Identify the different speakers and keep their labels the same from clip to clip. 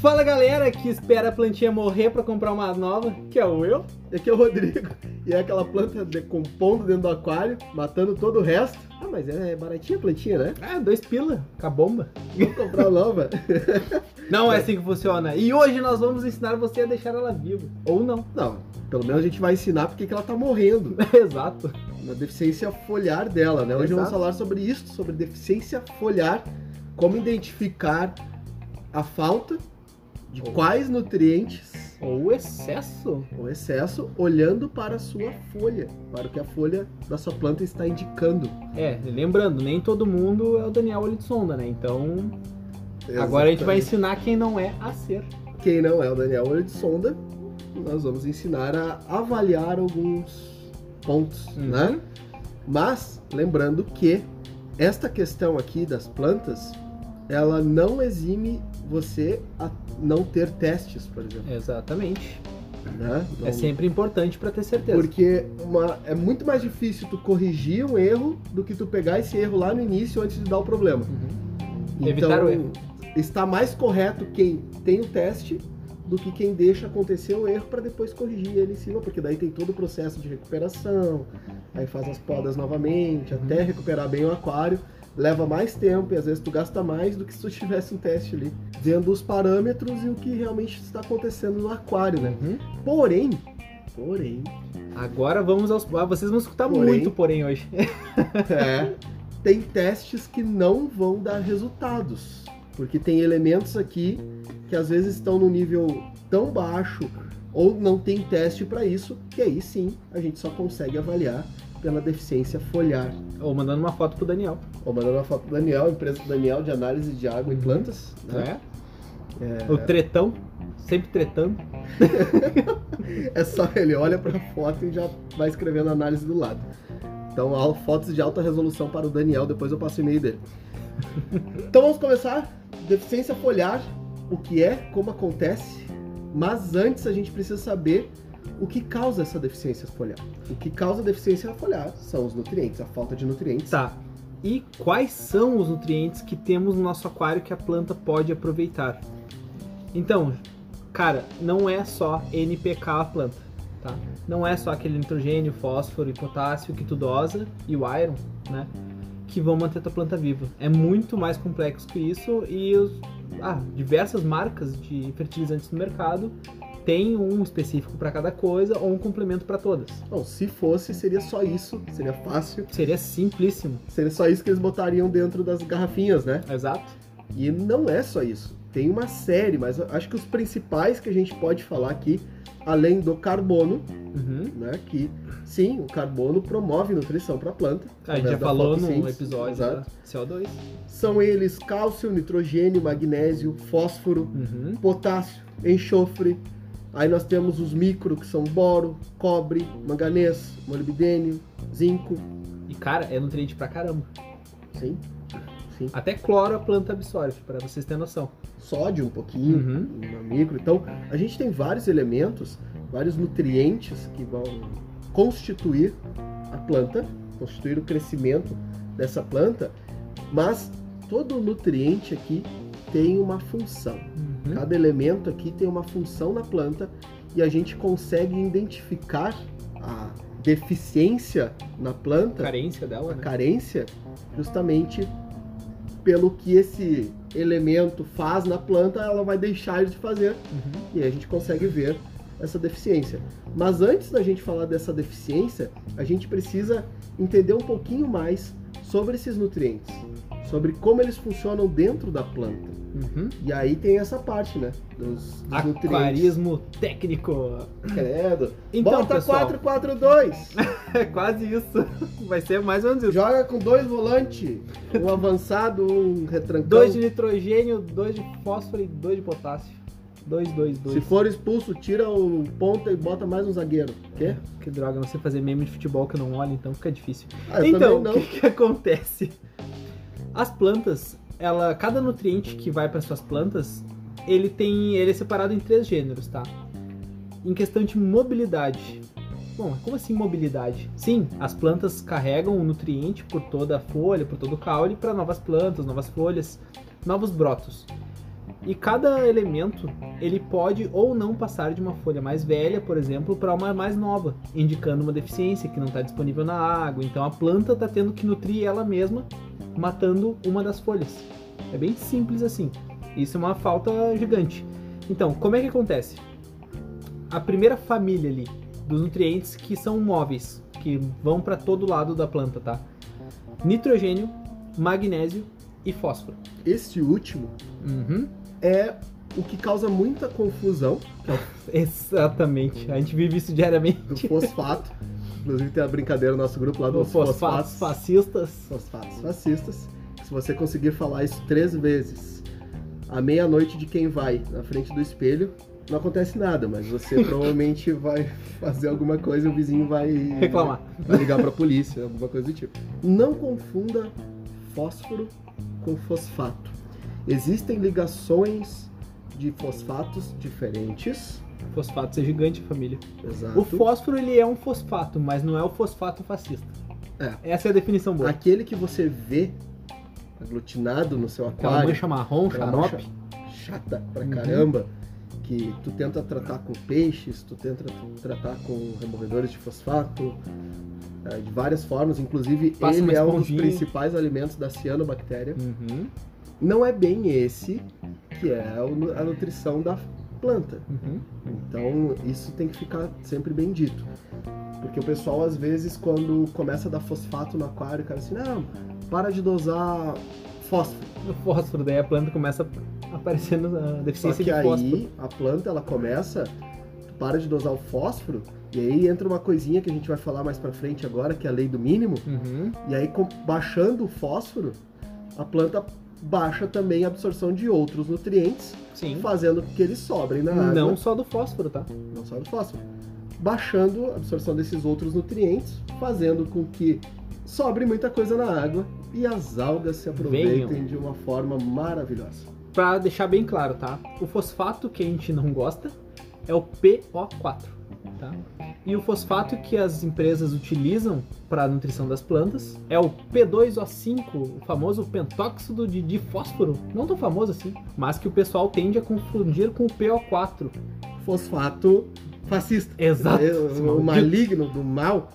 Speaker 1: Fala galera que espera a plantinha morrer pra comprar uma nova, que é o eu.
Speaker 2: Aqui é o Rodrigo. E é aquela planta decompondo dentro do aquário, matando todo o resto. Ah, mas é baratinha a plantinha, né?
Speaker 1: Ah, dois pila, com a bomba.
Speaker 2: Vamos comprar nova.
Speaker 1: Não é assim que funciona. E hoje nós vamos ensinar você a deixar ela viva. Ou não.
Speaker 2: Não, pelo menos a gente vai ensinar porque que ela tá morrendo.
Speaker 1: Exato.
Speaker 2: Na deficiência foliar dela, né? Hoje vamos
Speaker 1: Exato.
Speaker 2: falar sobre isso, sobre deficiência foliar, como identificar a falta de
Speaker 1: Oh.
Speaker 2: quais nutrientes
Speaker 1: Ou excesso.
Speaker 2: o excesso olhando para a sua folha, para o que a folha da sua planta está indicando.
Speaker 1: É, lembrando, nem todo mundo é o Daniel Olho de Sonda, né? Então, agora a gente vai ensinar quem não é a ser.
Speaker 2: Quem não é o Daniel Olho de Sonda, nós vamos ensinar a avaliar alguns pontos,
Speaker 1: Uhum.
Speaker 2: né? Mas lembrando que esta questão aqui das plantas, ela não exime você a não ter testes, por exemplo,
Speaker 1: Exatamente.
Speaker 2: né? Não-
Speaker 1: É sempre importante pra ter certeza.
Speaker 2: Porque uma- é muito mais difícil tu corrigir um erro do que tu pegar esse erro lá no início antes de dar o problema.
Speaker 1: Uhum. Evitar o erro.
Speaker 2: Então, Está mais correto quem tem o teste do que quem deixa acontecer o erro para depois corrigir ele em cima, porque daí tem todo o processo de recuperação, aí faz as podas novamente,
Speaker 1: Uhum.
Speaker 2: até recuperar bem o aquário, leva mais tempo e às vezes tu gasta mais do que se tu tivesse um teste ali, vendo os parâmetros e o que realmente está acontecendo no aquário, né?
Speaker 1: Uhum.
Speaker 2: Porém, porém,
Speaker 1: Agora vamos aos. Ah, vocês vão escutar
Speaker 2: Porém.
Speaker 1: muito, porém, hoje.
Speaker 2: É. Tem testes que não vão dar resultados. Porque tem elementos aqui que às vezes estão num nível tão baixo ou não tem teste para isso, que aí sim a gente só consegue avaliar pela deficiência foliar.
Speaker 1: Ou mandando uma foto pro Daniel.
Speaker 2: Ou mandando uma foto do Daniel, empresa do Daniel de análise de água e plantas. Né?
Speaker 1: né? O tretão. Sempre tretando.
Speaker 2: É só ele olha para a foto e já vai escrevendo a análise do lado. Então, al- fotos de alta resolução para o Daniel, depois eu passo o e-mail dele. Então vamos começar. Deficiência foliar, o que é, como acontece, mas antes a gente precisa saber o que causa essa deficiência foliar. O que causa deficiência foliar são os nutrientes, a falta de nutrientes.
Speaker 1: Tá. E quais são os nutrientes que temos no nosso aquário que a planta pode aproveitar? Então, cara, não é só NPK a planta, tá? Não é só aquele nitrogênio, fósforo e potássio que tu dosa e o iron, né? Que vão manter tua planta viva. É muito mais complexo que isso e os- ah, diversas marcas de fertilizantes no mercado têm um específico para cada coisa ou um complemento para todas.
Speaker 2: Bom, se fosse, seria só isso, seria fácil.
Speaker 1: Seria simplíssimo,
Speaker 2: Seria só isso que eles botariam dentro das garrafinhas, né?
Speaker 1: exato?
Speaker 2: E não é só isso. Tem uma série, mas eu acho que os principais que a gente pode falar aqui, além do carbono,
Speaker 1: Uhum.
Speaker 2: né? Que sim, o carbono promove nutrição para a planta.
Speaker 1: A gente
Speaker 2: através
Speaker 1: já
Speaker 2: da
Speaker 1: falou num
Speaker 2: fotossíntese.
Speaker 1: episódio da
Speaker 2: Exato.
Speaker 1: CO2.
Speaker 2: São eles cálcio, nitrogênio, magnésio, fósforo,
Speaker 1: Uhum.
Speaker 2: potássio, enxofre. Aí nós temos os micro, que são boro, cobre, manganês, molibdênio, zinco.
Speaker 1: E cara, é nutriente pra caramba.
Speaker 2: Sim, sim.
Speaker 1: Até cloro a planta absorve, pra vocês terem noção.
Speaker 2: sódio um pouquinho,
Speaker 1: Uhum.
Speaker 2: uma micro. Então, a gente tem vários elementos, vários nutrientes que vão constituir a planta, constituir o crescimento dessa planta, mas todo nutriente aqui tem uma função.
Speaker 1: Uhum.
Speaker 2: Cada elemento aqui tem uma função na planta e a gente consegue identificar a deficiência na planta
Speaker 1: Carência dela,
Speaker 2: a
Speaker 1: né?
Speaker 2: carência justamente pelo que esse elemento faz na planta, ela vai deixar de fazer
Speaker 1: Uhum.
Speaker 2: e aí a gente consegue ver essa deficiência. Mas antes da gente falar dessa deficiência, a gente precisa entender um pouquinho mais sobre esses nutrientes, sobre como eles funcionam dentro da planta.
Speaker 1: Uhum.
Speaker 2: E aí tem essa parte, né, dos, dos nutrientes.
Speaker 1: Aquarismo técnico.
Speaker 2: Credo.
Speaker 1: Então,
Speaker 2: Bota
Speaker 1: pessoal,
Speaker 2: 442.
Speaker 1: é quase isso. Vai ser mais ou menos isso.
Speaker 2: Joga com dois volantes, um avançado, um retrancão.
Speaker 1: Dois de nitrogênio, dois de fósforo e dois de potássio. Dois, dois,
Speaker 2: Se
Speaker 1: dois.
Speaker 2: for expulso, tira o ponta e bota mais um zagueiro. Quê?
Speaker 1: Que droga, não sei fazer meme de futebol que eu não olho, então fica difícil.
Speaker 2: Ah, eu
Speaker 1: então, o
Speaker 2: também
Speaker 1: que, que acontece? As plantas, ela, cada nutriente que vai para suas plantas, ele tem, ele é separado em três gêneros, tá? Em questão de mobilidade. Bom, como assim mobilidade? Sim, as plantas carregam o nutriente por toda a folha, por todo o caule, para novas plantas, novas folhas, novos brotos. E cada elemento ele pode ou não passar de uma folha mais velha, por exemplo, para uma mais nova, indicando uma deficiência que não está disponível na água. Então a planta está tendo que nutrir ela mesma, matando uma das folhas. É bem simples assim. Isso é uma falta gigante. Então, como é que acontece? A primeira família ali dos nutrientes que são móveis, que vão para todo lado da planta, tá? Nitrogênio, magnésio e fósforo.
Speaker 2: Este último
Speaker 1: Uhum.
Speaker 2: é o que causa muita confusão,
Speaker 1: Exatamente. A gente vive isso diariamente.
Speaker 2: do fosfato. Inclusive tem a brincadeira no nosso grupo lá dos
Speaker 1: Fosfatos
Speaker 2: fosfatos.
Speaker 1: fascistas.
Speaker 2: Fosfatos fascistas. Se você conseguir falar isso três vezes, à meia-noite de quem vai na frente do espelho, não acontece nada, mas você provavelmente vai fazer alguma coisa e o vizinho vai
Speaker 1: Reclamar.
Speaker 2: Vai ligar pra polícia, alguma coisa do tipo. Não confunda fósforo com fosfato. Existem ligações de fosfatos diferentes.
Speaker 1: Fosfatos é gigante, família.
Speaker 2: Exato.
Speaker 1: O fósforo ele é um fosfato, mas não é o fosfato fascista.
Speaker 2: É.
Speaker 1: Essa é a definição boa.
Speaker 2: Aquele que você vê aglutinado no seu
Speaker 1: Aquela
Speaker 2: aquário,
Speaker 1: mancha marrom,
Speaker 2: aquela
Speaker 1: xarope.
Speaker 2: mancha chata pra
Speaker 1: Uhum.
Speaker 2: caramba, que tu tenta tratar com peixes, tu tenta tratar com removedores de fosfato, é, de várias formas. Inclusive,
Speaker 1: Passa uma
Speaker 2: ele é um dos
Speaker 1: esponjinha.
Speaker 2: principais alimentos da cianobactéria.
Speaker 1: Uhum,
Speaker 2: não é bem esse que é o nu- a nutrição da planta.
Speaker 1: uhum.
Speaker 2: Então isso tem que ficar sempre bem dito. Porque o pessoal às vezes quando começa a dar fosfato no aquário, o cara assim, não, para de dosar fósforo.
Speaker 1: O fósforo, daí a planta começa a aparecer na
Speaker 2: Só
Speaker 1: deficiência
Speaker 2: que
Speaker 1: de fósforo.
Speaker 2: aí a planta ela começa, tu para de dosar o fósforo, e aí entra uma coisinha que a gente vai falar mais pra frente agora, que é a lei do mínimo,
Speaker 1: Uhum.
Speaker 2: e aí com- baixando o fósforo, a planta baixa também a absorção de outros nutrientes
Speaker 1: Sim.
Speaker 2: fazendo com que eles sobrem na água.
Speaker 1: Não só do fósforo, tá?
Speaker 2: não só do fósforo. Baixando a absorção desses outros nutrientes, fazendo com que sobre muita coisa na água e as algas se aproveitem
Speaker 1: Venham.
Speaker 2: de uma forma maravilhosa.
Speaker 1: Pra deixar bem claro, tá? O fosfato que a gente não gosta é o PO4, tá? E o fosfato que as empresas utilizam para nutrição das plantas é o P2O5, o famoso pentóxido de difósforo. Não tão famoso assim, mas que o pessoal tende a confundir com o PO4.
Speaker 2: Fosfato fascista.
Speaker 1: Exato.
Speaker 2: É,
Speaker 1: esse
Speaker 2: o
Speaker 1: maldito.
Speaker 2: maligno do mal,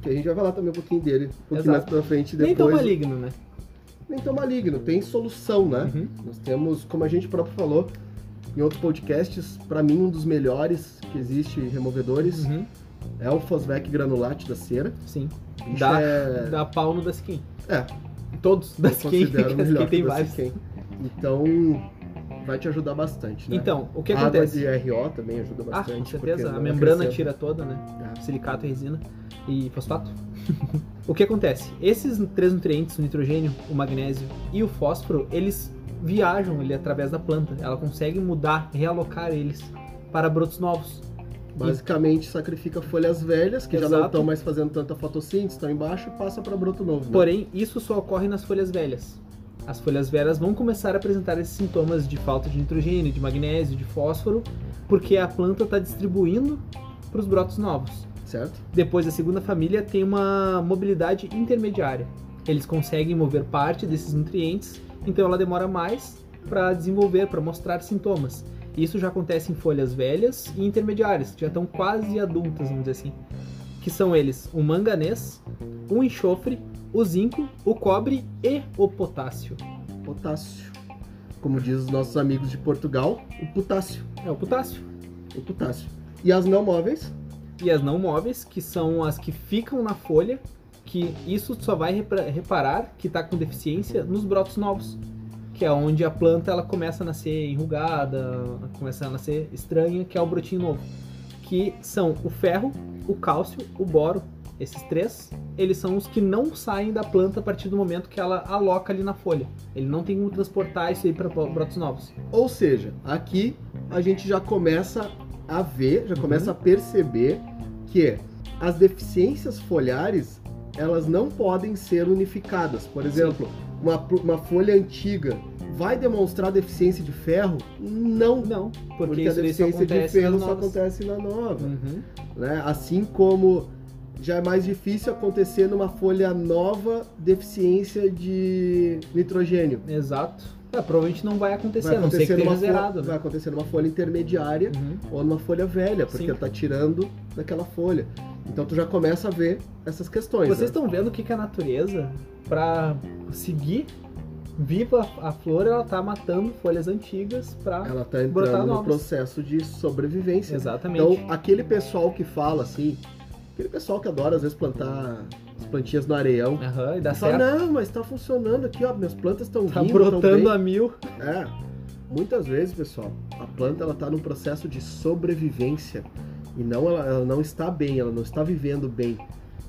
Speaker 2: que a gente vai falar também um pouquinho dele, um pouquinho
Speaker 1: Exato.
Speaker 2: mais pra frente
Speaker 1: Nem
Speaker 2: depois.
Speaker 1: tão maligno, né?
Speaker 2: Nem tão maligno, tem solução, né?
Speaker 1: Uhum.
Speaker 2: Nós temos, como a gente próprio falou em outros podcasts, pra mim um dos melhores que existe em removedores
Speaker 1: Uhum.
Speaker 2: é o Fosvec granulate da cera.
Speaker 1: Sim.
Speaker 2: Bicho
Speaker 1: Dá,
Speaker 2: é-
Speaker 1: dá pau no da skin.
Speaker 2: É,
Speaker 1: Todos da
Speaker 2: eu
Speaker 1: skin, que
Speaker 2: considero
Speaker 1: a
Speaker 2: melhor
Speaker 1: skin
Speaker 2: que
Speaker 1: tem
Speaker 2: o da
Speaker 1: vários.
Speaker 2: Siquem. Então, vai te ajudar bastante, né?
Speaker 1: Então, o que
Speaker 2: a água
Speaker 1: acontece?
Speaker 2: de RO também ajuda
Speaker 1: Ah, com
Speaker 2: bastante. porque
Speaker 1: certeza. A
Speaker 2: não
Speaker 1: membrana
Speaker 2: acrescenta-
Speaker 1: tira toda, né?
Speaker 2: É.
Speaker 1: silicato e resina e fosfato. o que acontece? Esses três nutrientes, o nitrogênio, o magnésio e o fósforo, eles viajam ele através da planta. Ela consegue mudar, realocar eles para brotos novos.
Speaker 2: É, Basicamente, sacrifica folhas velhas, que já não
Speaker 1: Exato.
Speaker 2: estão mais fazendo tanta fotossíntese, estão embaixo e passa para broto novo. né?
Speaker 1: Porém, isso só ocorre nas folhas velhas. As folhas velhas vão começar a apresentar esses sintomas de falta de nitrogênio, de magnésio, de fósforo, porque a planta está distribuindo para os brotos novos.
Speaker 2: Certo?
Speaker 1: Depois, a segunda família tem uma mobilidade intermediária. Eles conseguem mover parte desses nutrientes, então ela demora mais para desenvolver, para mostrar sintomas. Isso já acontece em folhas velhas e intermediárias, que já estão quase adultas, vamos dizer assim. Que são eles o manganês, o enxofre, o zinco, o cobre e o potássio.
Speaker 2: Potássio. Como diz os nossos amigos de Portugal, o potássio.
Speaker 1: É o potássio.
Speaker 2: O potássio. E as não móveis?
Speaker 1: e as não móveis, que são as que ficam na folha, que isso só vai repra- reparar que está com deficiência nos brotos novos, que é onde a planta ela começa a nascer enrugada, começa a nascer estranha, que é o brotinho novo, que são o ferro, o cálcio, o boro, esses três, eles são os que não saem da planta a partir do momento que ela aloca ali na folha. Ele não tem como transportar isso aí para brotos novos.
Speaker 2: Ou seja, aqui a gente já começa a ver, já
Speaker 1: Uhum.
Speaker 2: começa a perceber que as deficiências foliares elas não podem ser unificadas. Por exemplo, uma, pl- uma folha antiga vai demonstrar deficiência de ferro? Não,
Speaker 1: Não, porque,
Speaker 2: porque, a
Speaker 1: isso daí só
Speaker 2: deficiência de
Speaker 1: acontece
Speaker 2: ferro
Speaker 1: nas
Speaker 2: só
Speaker 1: novas.
Speaker 2: acontece na nova.
Speaker 1: Uhum.
Speaker 2: né? Assim como já é mais difícil acontecer numa folha nova deficiência de nitrogênio.
Speaker 1: Exato. É, provavelmente não vai acontecer,
Speaker 2: Vai
Speaker 1: a não ser que
Speaker 2: acontecer numa
Speaker 1: esteja
Speaker 2: fo-
Speaker 1: zerado.
Speaker 2: Vai
Speaker 1: Né?
Speaker 2: acontecer numa folha intermediária
Speaker 1: Uhum.
Speaker 2: ou numa folha velha, porque
Speaker 1: Sim.
Speaker 2: tá tirando daquela folha. Então tu já começa a ver essas questões.
Speaker 1: Vocês
Speaker 2: né?
Speaker 1: estão vendo o que, que a natureza, pra seguir viva a flor, ela tá matando folhas antigas pra.
Speaker 2: Ela tá
Speaker 1: botar
Speaker 2: entrando no
Speaker 1: novas.
Speaker 2: processo de sobrevivência.
Speaker 1: Exatamente.
Speaker 2: Então, aquele pessoal que fala assim, aquele pessoal que adora às vezes plantar as plantinhas no areião.
Speaker 1: Aham, e dá
Speaker 2: Fala,
Speaker 1: certo.
Speaker 2: não, mas tá funcionando aqui, ó, minhas plantas estão
Speaker 1: Tá
Speaker 2: vindo, tão bem."
Speaker 1: brotando a mil.
Speaker 2: É. Muitas vezes, pessoal, a planta ela tá num processo de sobrevivência e não ela, ela não está bem, ela não está vivendo bem.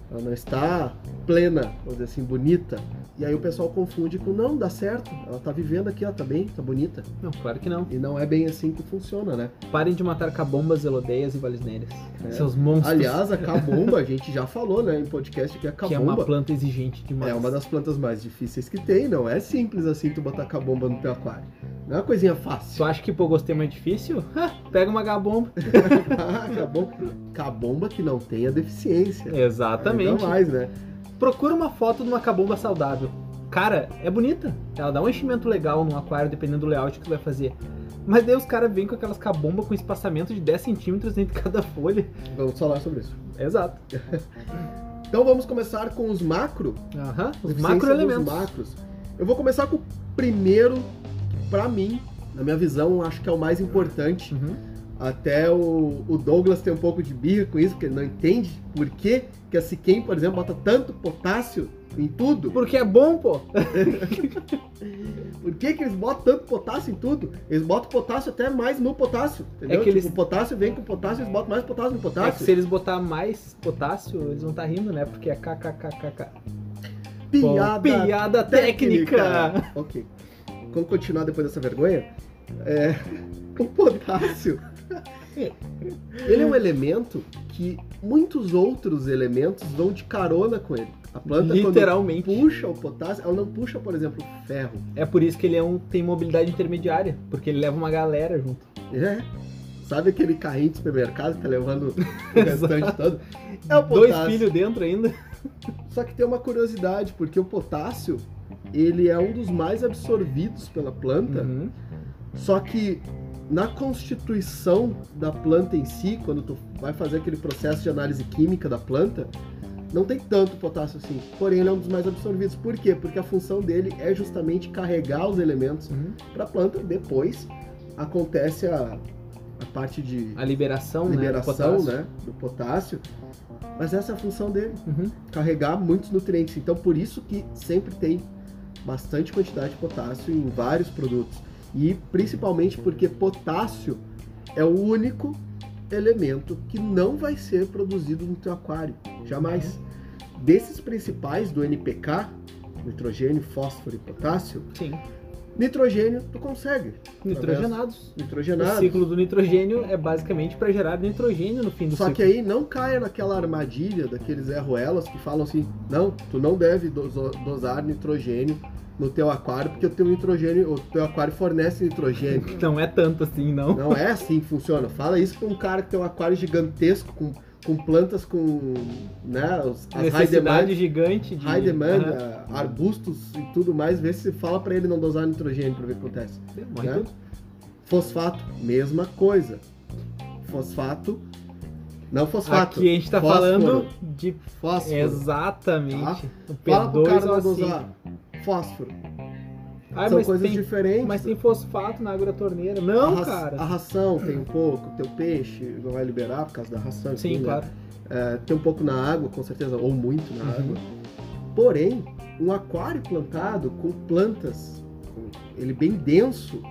Speaker 2: Ela não está plena, vamos dizer assim, bonita. E aí o pessoal confunde com não, dá certo. Ela tá vivendo aqui, ó, tá bem, tá bonita.
Speaker 1: Não, claro que não.
Speaker 2: E não é bem assim que funciona, né?
Speaker 1: Parem de matar cabombas, elodeias e valisneiras.
Speaker 2: É.
Speaker 1: Seus monstros.
Speaker 2: Aliás, a cabomba, a gente já falou, né, em podcast que a
Speaker 1: que é uma
Speaker 2: cabomba
Speaker 1: planta exigente demais.
Speaker 2: é uma das plantas mais difíceis que tem, não é simples assim tu botar cabomba no teu aquário. Não é uma coisinha fácil.
Speaker 1: Tu acha que hipogostema é difícil? Ha, pega uma gabomba.
Speaker 2: Ah, Cabom... Cabomba que não tenha deficiência.
Speaker 1: Exatamente.
Speaker 2: Ainda É. mais, né?
Speaker 1: Procura uma foto de uma cabomba saudável. Cara, é bonita. Ela dá um enchimento legal no aquário, dependendo do layout que tu vai fazer. Mas daí os caras vêm com aquelas cabombas com espaçamento de 10 centímetros entre cada folha.
Speaker 2: Vamos falar sobre isso.
Speaker 1: Exato.
Speaker 2: Então vamos começar com os macro.
Speaker 1: Aham. Os
Speaker 2: deficiência
Speaker 1: macroelementos.
Speaker 2: dos macros. Eu vou começar com o primeiro, que pra mim, na minha visão, acho que é o mais importante.
Speaker 1: Uhum.
Speaker 2: Até o, o Douglas tem um pouco de birra com isso, porque ele não entende por que que a Siquem, por exemplo, bota tanto potássio em tudo.
Speaker 1: Porque é bom, pô.
Speaker 2: Por que, que eles botam tanto potássio em tudo? Eles botam potássio até mais no potássio, entendeu?
Speaker 1: É que eles-
Speaker 2: Tipo, o potássio vem com potássio, eles botam mais potássio no
Speaker 1: É que
Speaker 2: potássio.
Speaker 1: se eles botar mais potássio, eles vão estar rindo, né? Porque é kkkk. Bom,
Speaker 2: Piada,
Speaker 1: piada técnica.
Speaker 2: Ok. Vamos continuar depois dessa vergonha? É, o potássio. Ele é um elemento que muitos outros elementos vão de carona com ele. A planta
Speaker 1: Literalmente.
Speaker 2: quando puxa o potássio, ela não puxa, por exemplo, ferro.
Speaker 1: É por isso que ele é um, tem mobilidade intermediária, porque ele leva uma galera junto.
Speaker 2: É. Sabe aquele carrinho de supermercado que tá levando o restante
Speaker 1: Exato.
Speaker 2: todo? É o
Speaker 1: Dois
Speaker 2: potássio.
Speaker 1: filhos dentro ainda.
Speaker 2: Só que tem uma curiosidade, porque o potássio, ele é um dos mais absorvidos pela planta,
Speaker 1: Uhum.
Speaker 2: só que na constituição da planta em si, quando tu vai fazer aquele processo de análise química da planta, não tem tanto potássio assim. Porém, ele é um dos mais absorvidos. Por quê? Porque a função dele é justamente carregar os elementos
Speaker 1: Uhum.
Speaker 2: para a planta. Depois acontece a, a parte de
Speaker 1: A liberação,
Speaker 2: liberação
Speaker 1: né?
Speaker 2: né, do potássio. Mas essa é a função dele
Speaker 1: do potássio. Uhum.
Speaker 2: carregar muitos nutrientes. Então, por isso que sempre tem bastante quantidade de potássio em vários produtos. E principalmente porque potássio é o único elemento que não vai ser produzido no teu aquário, jamais. Desses principais do NPK, nitrogênio, fósforo e potássio,
Speaker 1: Sim.
Speaker 2: nitrogênio tu consegue,
Speaker 1: Nitrogenados. O
Speaker 2: nitrogenado.
Speaker 1: ciclo do nitrogênio é basicamente para gerar nitrogênio no fim do
Speaker 2: Só
Speaker 1: ciclo.
Speaker 2: que aí não caia naquela armadilha daqueles Zé Ruelas que falam assim, não, tu não deve doso- dosar nitrogênio no teu aquário, porque o teu nitrogênio, o teu aquário fornece nitrogênio.
Speaker 1: Não é tanto assim, não.
Speaker 2: Não é assim que funciona. Fala isso pra um cara que tem um aquário gigantesco, com, com plantas com, né, os- as high
Speaker 1: Necessidade
Speaker 2: demand,
Speaker 1: gigante de. né?
Speaker 2: high demand,
Speaker 1: Aham.
Speaker 2: eh, arbustos e tudo mais, vê se fala pra ele não dosar nitrogênio pra ver o que acontece.
Speaker 1: Morre
Speaker 2: né?
Speaker 1: tudo.
Speaker 2: Fosfato, mesma coisa. Fosfato, não fosfato.
Speaker 1: Aqui a gente tá
Speaker 2: Fósforo.
Speaker 1: falando de.
Speaker 2: Fósforo. Tá?
Speaker 1: Exatamente. O
Speaker 2: Fala pro
Speaker 1: P2
Speaker 2: cara
Speaker 1: é o
Speaker 2: não
Speaker 1: assim.
Speaker 2: dosar fósforo.
Speaker 1: Ah,
Speaker 2: São
Speaker 1: mas
Speaker 2: coisas
Speaker 1: tem,
Speaker 2: diferentes.
Speaker 1: mas tem fosfato na água da torneira. Não,
Speaker 2: a, raça-
Speaker 1: cara.
Speaker 2: a ração tem um pouco, teu peixe não vai liberar por causa da ração. enfim,
Speaker 1: Sim,
Speaker 2: né?
Speaker 1: claro.
Speaker 2: É, tem um pouco na água, com certeza, ou muito na
Speaker 1: Uhum.
Speaker 2: água. Porém, um aquário plantado com plantas, ele bem denso,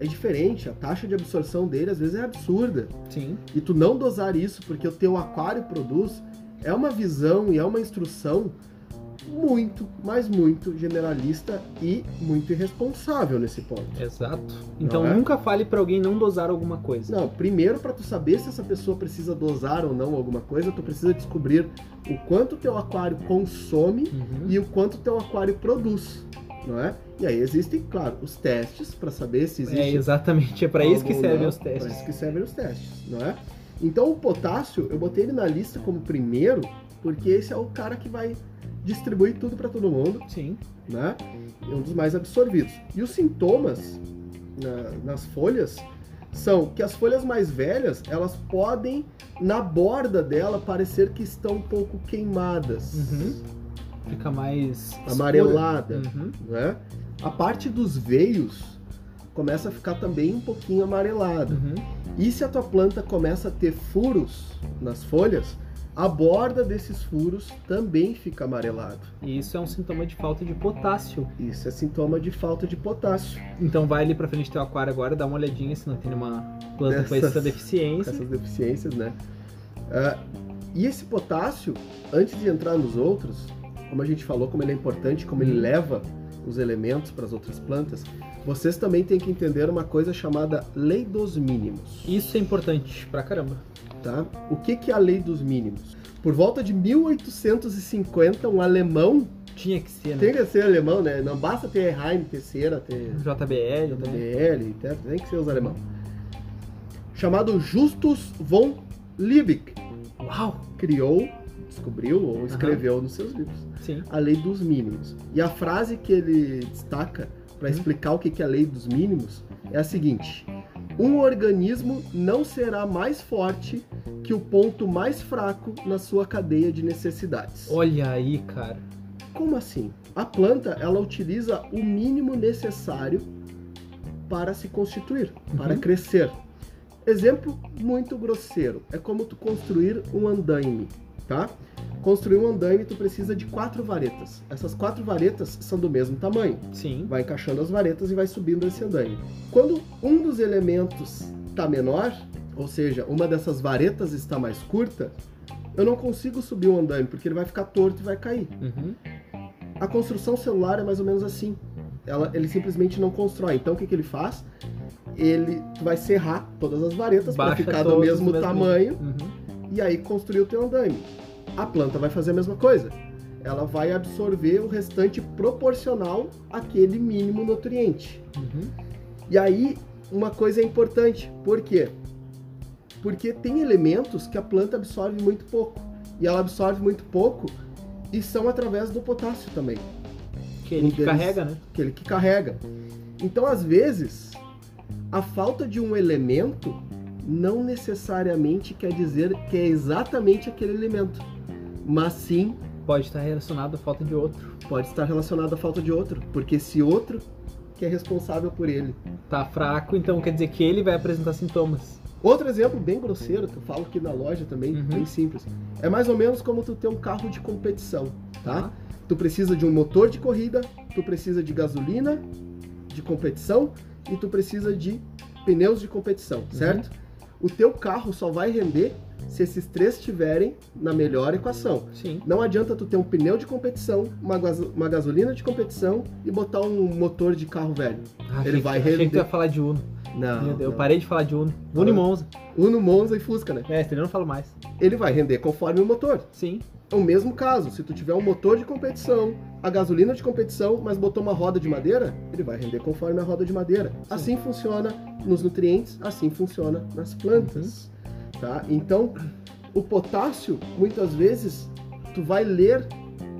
Speaker 2: é diferente. A taxa de absorção dele às vezes é absurda.
Speaker 1: Sim.
Speaker 2: e tu não dosar isso porque o teu aquário produz, é uma visão e é uma instrução muito, mas muito generalista e muito irresponsável nesse ponto.
Speaker 1: Exato.
Speaker 2: Não
Speaker 1: Então
Speaker 2: é?
Speaker 1: nunca fale pra alguém não dosar alguma coisa.
Speaker 2: Não, primeiro para tu saber se essa pessoa precisa dosar ou não alguma coisa, tu precisa descobrir o quanto o teu aquário consome
Speaker 1: Uhum.
Speaker 2: e o quanto o teu aquário produz, não é? E aí existem, claro, os testes para saber se existe
Speaker 1: É exatamente, é pra isso que
Speaker 2: Algum
Speaker 1: servem
Speaker 2: não,
Speaker 1: os
Speaker 2: Para
Speaker 1: testes.
Speaker 2: isso que servem os testes, não é? Então o potássio, eu botei ele na lista como primeiro, porque esse é o cara que vai distribui tudo para todo mundo,
Speaker 1: Sim.
Speaker 2: né? É um dos mais absorvidos. E os sintomas na- nas folhas são que as folhas mais velhas, elas podem, na borda dela, parecer que estão um pouco queimadas,
Speaker 1: Uhum. Fica mais. escura.
Speaker 2: amarelada
Speaker 1: Uhum.
Speaker 2: né? A parte dos veios começa a ficar também um pouquinho amarelada.
Speaker 1: Uhum.
Speaker 2: E se a tua planta começa a ter furos nas folhas, a borda desses furos também fica amarelado.
Speaker 1: E isso é um sintoma de falta de potássio.
Speaker 2: Isso é sintoma de falta de potássio,
Speaker 1: Então vai ali pra frente do teu aquário agora, dá uma olhadinha se não tem nenhuma planta com
Speaker 2: Dessas-
Speaker 1: essa
Speaker 2: com
Speaker 1: deficiência.
Speaker 2: essas deficiências, né? Ah, e esse potássio, antes de entrar nos outros, como a gente falou, como ele é importante, como ele leva os elementos para as outras plantas, vocês também têm que entender uma coisa chamada lei dos mínimos.
Speaker 1: Isso é importante pra caramba.
Speaker 2: tá? O que, que é a lei dos mínimos? Por volta de 1850, um alemão,
Speaker 1: Tinha que ser, né?
Speaker 2: tem que ser alemão, né? Não basta ter Heim, ter Cera, ter
Speaker 1: JBL, né?
Speaker 2: BL, ter- tem que ser os alemão. Chamado Justus von Liebig,
Speaker 1: Uau!
Speaker 2: criou, descobriu ou escreveu nos seus livros
Speaker 1: Sim.
Speaker 2: a lei dos mínimos. E a frase que ele destaca para
Speaker 1: Hum.
Speaker 2: explicar o que que é a lei dos mínimos é a seguinte: um organismo não será mais forte que o ponto mais fraco na sua cadeia de necessidades.
Speaker 1: Olha aí, cara.
Speaker 2: Como assim? A planta ela utiliza o mínimo necessário para se constituir, para
Speaker 1: Uhum.
Speaker 2: crescer. Exemplo muito grosseiro é como tu construir um andaime, tá? Construir um andaime tu precisa de quatro varetas. Essas quatro varetas são do mesmo tamanho.
Speaker 1: Sim.
Speaker 2: Vai encaixando as varetas e vai subindo esse andaime. Quando um dos elementos está menor, ou seja, uma dessas varetas está mais curta, eu não consigo subir o andaime porque ele vai ficar torto e vai cair.
Speaker 1: Uhum.
Speaker 2: A construção celular é mais ou menos assim. Ela- ele simplesmente não constrói. Então o que, que ele faz? Ele vai serrar todas as varetas para
Speaker 1: Baixa
Speaker 2: ficar do
Speaker 1: todas
Speaker 2: mesmo
Speaker 1: do mesmo
Speaker 2: tamanho
Speaker 1: Uhum.
Speaker 2: e aí construir o teu andaime. A planta vai fazer a mesma coisa. Ela vai absorver o restante proporcional àquele mínimo nutriente.
Speaker 1: Uhum.
Speaker 2: E aí uma coisa é importante. Por quê? Porque tem elementos que a planta absorve muito pouco. E ela absorve muito pouco e são através do potássio também.
Speaker 1: Que ele
Speaker 2: Um
Speaker 1: que
Speaker 2: deles.
Speaker 1: carrega, né?
Speaker 2: aquele que carrega. Então, às vezes, a falta de um elemento não necessariamente quer dizer que é exatamente aquele elemento, mas sim
Speaker 1: Pode estar relacionado à falta de outro.
Speaker 2: pode estar relacionado à falta de outro, porque esse outro que é responsável por ele.
Speaker 1: Tá fraco, então quer dizer que ele vai apresentar sintomas.
Speaker 2: Outro exemplo bem grosseiro que eu falo aqui na loja também,
Speaker 1: Uhum.
Speaker 2: bem simples, é mais ou menos como tu ter um carro de competição, tá? Tu precisa de um motor de corrida, tu precisa de gasolina de competição e tu precisa de pneus de competição, certo? O teu carro só vai render se esses três estiverem na melhor equação.
Speaker 1: Sim.
Speaker 2: Não adianta tu ter um pneu de competição, uma, gaso- uma gasolina de competição e botar um motor de carro velho.
Speaker 1: Ah,
Speaker 2: Ele
Speaker 1: achei que-
Speaker 2: vai
Speaker 1: Achei que tu
Speaker 2: render.
Speaker 1: ia falar de Uno.
Speaker 2: Não.
Speaker 1: Meu Deus, eu
Speaker 2: não.
Speaker 1: parei de falar de Uno. Uno e
Speaker 2: Ah.
Speaker 1: Monza.
Speaker 2: Uno, Monza e Fusca, né?
Speaker 1: É, eu não falo mais.
Speaker 2: Ele vai render conforme o motor.
Speaker 1: Sim.
Speaker 2: É o mesmo caso, se tu tiver um motor de competição, a gasolina de competição, mas botou uma roda de madeira, ele vai render conforme a roda de madeira. Assim funciona nos nutrientes, assim funciona nas plantas, tá? Então, o potássio, muitas vezes, tu vai ler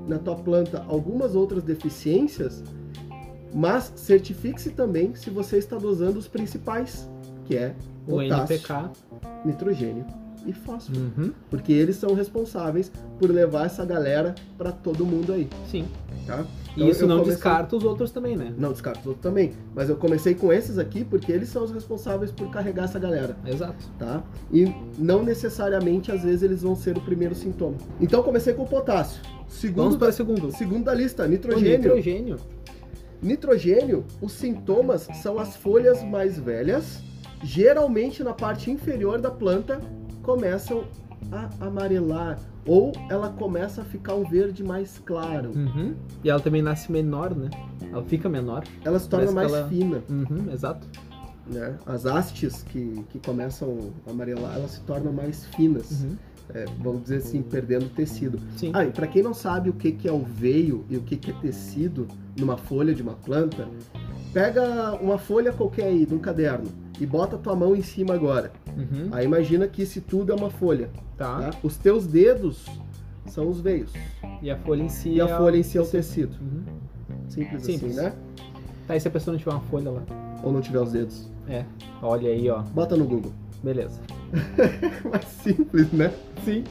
Speaker 2: na tua planta algumas outras deficiências, mas certifique-se também se você está dosando os principais, que é
Speaker 1: O
Speaker 2: potássio,
Speaker 1: NPK.
Speaker 2: nitrogênio e fósforo.
Speaker 1: Uhum.
Speaker 2: Porque eles são responsáveis por levar essa galera pra todo mundo aí,
Speaker 1: Sim.
Speaker 2: tá?
Speaker 1: E
Speaker 2: Então,
Speaker 1: isso
Speaker 2: eu
Speaker 1: não
Speaker 2: comecei-
Speaker 1: descarta os outros também, né?
Speaker 2: Não descarto os outros também, mas eu comecei com esses aqui porque eles são os responsáveis por carregar essa galera,
Speaker 1: Exato.
Speaker 2: tá? E não necessariamente às vezes eles vão ser o primeiro sintoma. Então comecei com o potássio.
Speaker 1: Vamos
Speaker 2: Segundo
Speaker 1: para o segundo.
Speaker 2: da, segundo da lista,
Speaker 1: O
Speaker 2: nitrogênio.
Speaker 1: nitrogênio.
Speaker 2: Nitrogênio, os sintomas são as folhas mais velhas, geralmente na parte inferior da planta, começam a amarelar ou ela começa a ficar um verde mais claro.
Speaker 1: Uhum. E ela também nasce menor, né? Ela fica menor.
Speaker 2: Ela se torna
Speaker 1: Parece que
Speaker 2: mais
Speaker 1: ela-
Speaker 2: fina,
Speaker 1: Uhum, exato.
Speaker 2: né? As hastes que, que começam a amarelar, elas se tornam mais finas,
Speaker 1: Uhum.
Speaker 2: é, vamos dizer assim, perdendo tecido.
Speaker 1: Sim.
Speaker 2: Ah, e pra quem não sabe o que, que é o veio e o que, que é tecido numa folha de uma planta, pega uma folha qualquer aí, de um caderno, e bota tua mão em cima agora.
Speaker 1: Uhum.
Speaker 2: Aí imagina que isso tudo é uma folha,
Speaker 1: Tá.
Speaker 2: tá? Os teus dedos são os veios.
Speaker 1: E a folha em si.
Speaker 2: E
Speaker 1: é
Speaker 2: a
Speaker 1: o-
Speaker 2: folha em si é o tecido.
Speaker 1: Uhum.
Speaker 2: Simples,
Speaker 1: Simples.
Speaker 2: assim, né?
Speaker 1: Tá, e se a pessoa não tiver uma folha lá?
Speaker 2: Ou não tiver os dedos.
Speaker 1: É. Olha aí, ó.
Speaker 2: Bota no Google.
Speaker 1: Beleza.
Speaker 2: Mais simples, né?
Speaker 1: Sim.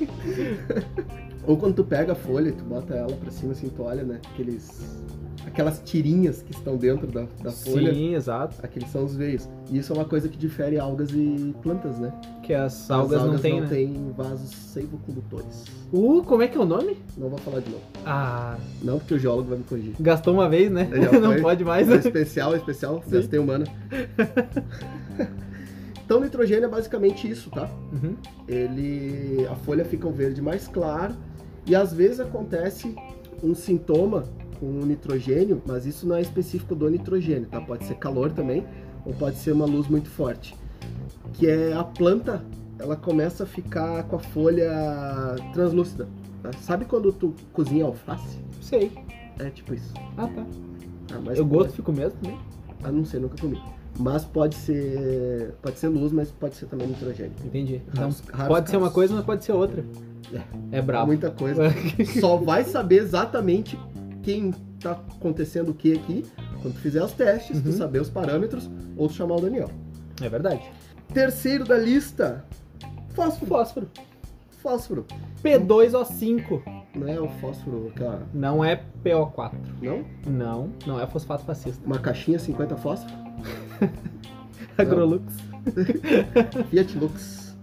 Speaker 2: Ou quando tu pega a folha e tu bota ela pra cima, assim, tu olha, né? Aqueles... Aquelas tirinhas que estão dentro da, da folha.
Speaker 1: Sim, exato.
Speaker 2: Aqueles são os veios. E isso é uma coisa que difere algas e plantas, né?
Speaker 1: Que as
Speaker 2: As
Speaker 1: algas, não tem,
Speaker 2: não
Speaker 1: né?
Speaker 2: têm vasos seivocondutores.
Speaker 1: Uh, como é que é o nome?
Speaker 2: Não vou falar de novo.
Speaker 1: Ah,
Speaker 2: Não porque o geólogo vai me corrigir.
Speaker 1: gastou uma vez, né?
Speaker 2: Já foi.
Speaker 1: não pode mais,
Speaker 2: Mas é
Speaker 1: né?
Speaker 2: especial, é especial,
Speaker 1: Sim.
Speaker 2: gastei humana. então nitrogênio é basicamente isso, tá?
Speaker 1: Uhum.
Speaker 2: Ele. A folha fica um verde mais claro. E às vezes acontece um sintoma com o nitrogênio, mas isso não é específico do nitrogênio, tá? Pode ser calor também, ou pode ser uma luz muito forte. Que é a planta, ela começa a ficar com a folha translúcida. tá? Sabe quando tu cozinha alface?
Speaker 1: Sei.
Speaker 2: É tipo isso.
Speaker 1: Ah, tá.
Speaker 2: Ah, mas
Speaker 1: Eu gosto, fico mesmo, né?
Speaker 2: Ah, não sei, nunca comi. Mas pode ser. Pode ser luz, mas pode ser também nitrogênio.
Speaker 1: Entendi. Então,
Speaker 2: Raros- raros
Speaker 1: pode ser uma
Speaker 2: casos.
Speaker 1: coisa, mas pode ser outra. É brabo.
Speaker 2: Muita coisa. Só vai saber exatamente quem tá acontecendo o que aqui quando tu fizer os testes, tu
Speaker 1: Uhum.
Speaker 2: saber os parâmetros ou tu chamar o Daniel.
Speaker 1: É verdade.
Speaker 2: Terceiro da lista, fósforo.
Speaker 1: Fósforo.
Speaker 2: Fósforo.
Speaker 1: P2O5.
Speaker 2: Não é o fósforo, aquela.
Speaker 1: Não é PO4.
Speaker 2: Não?
Speaker 1: Não, não é fosfato fascista.
Speaker 2: Uma caixinha 50 fósforo?
Speaker 1: Agrolux.
Speaker 2: Fiat Lux.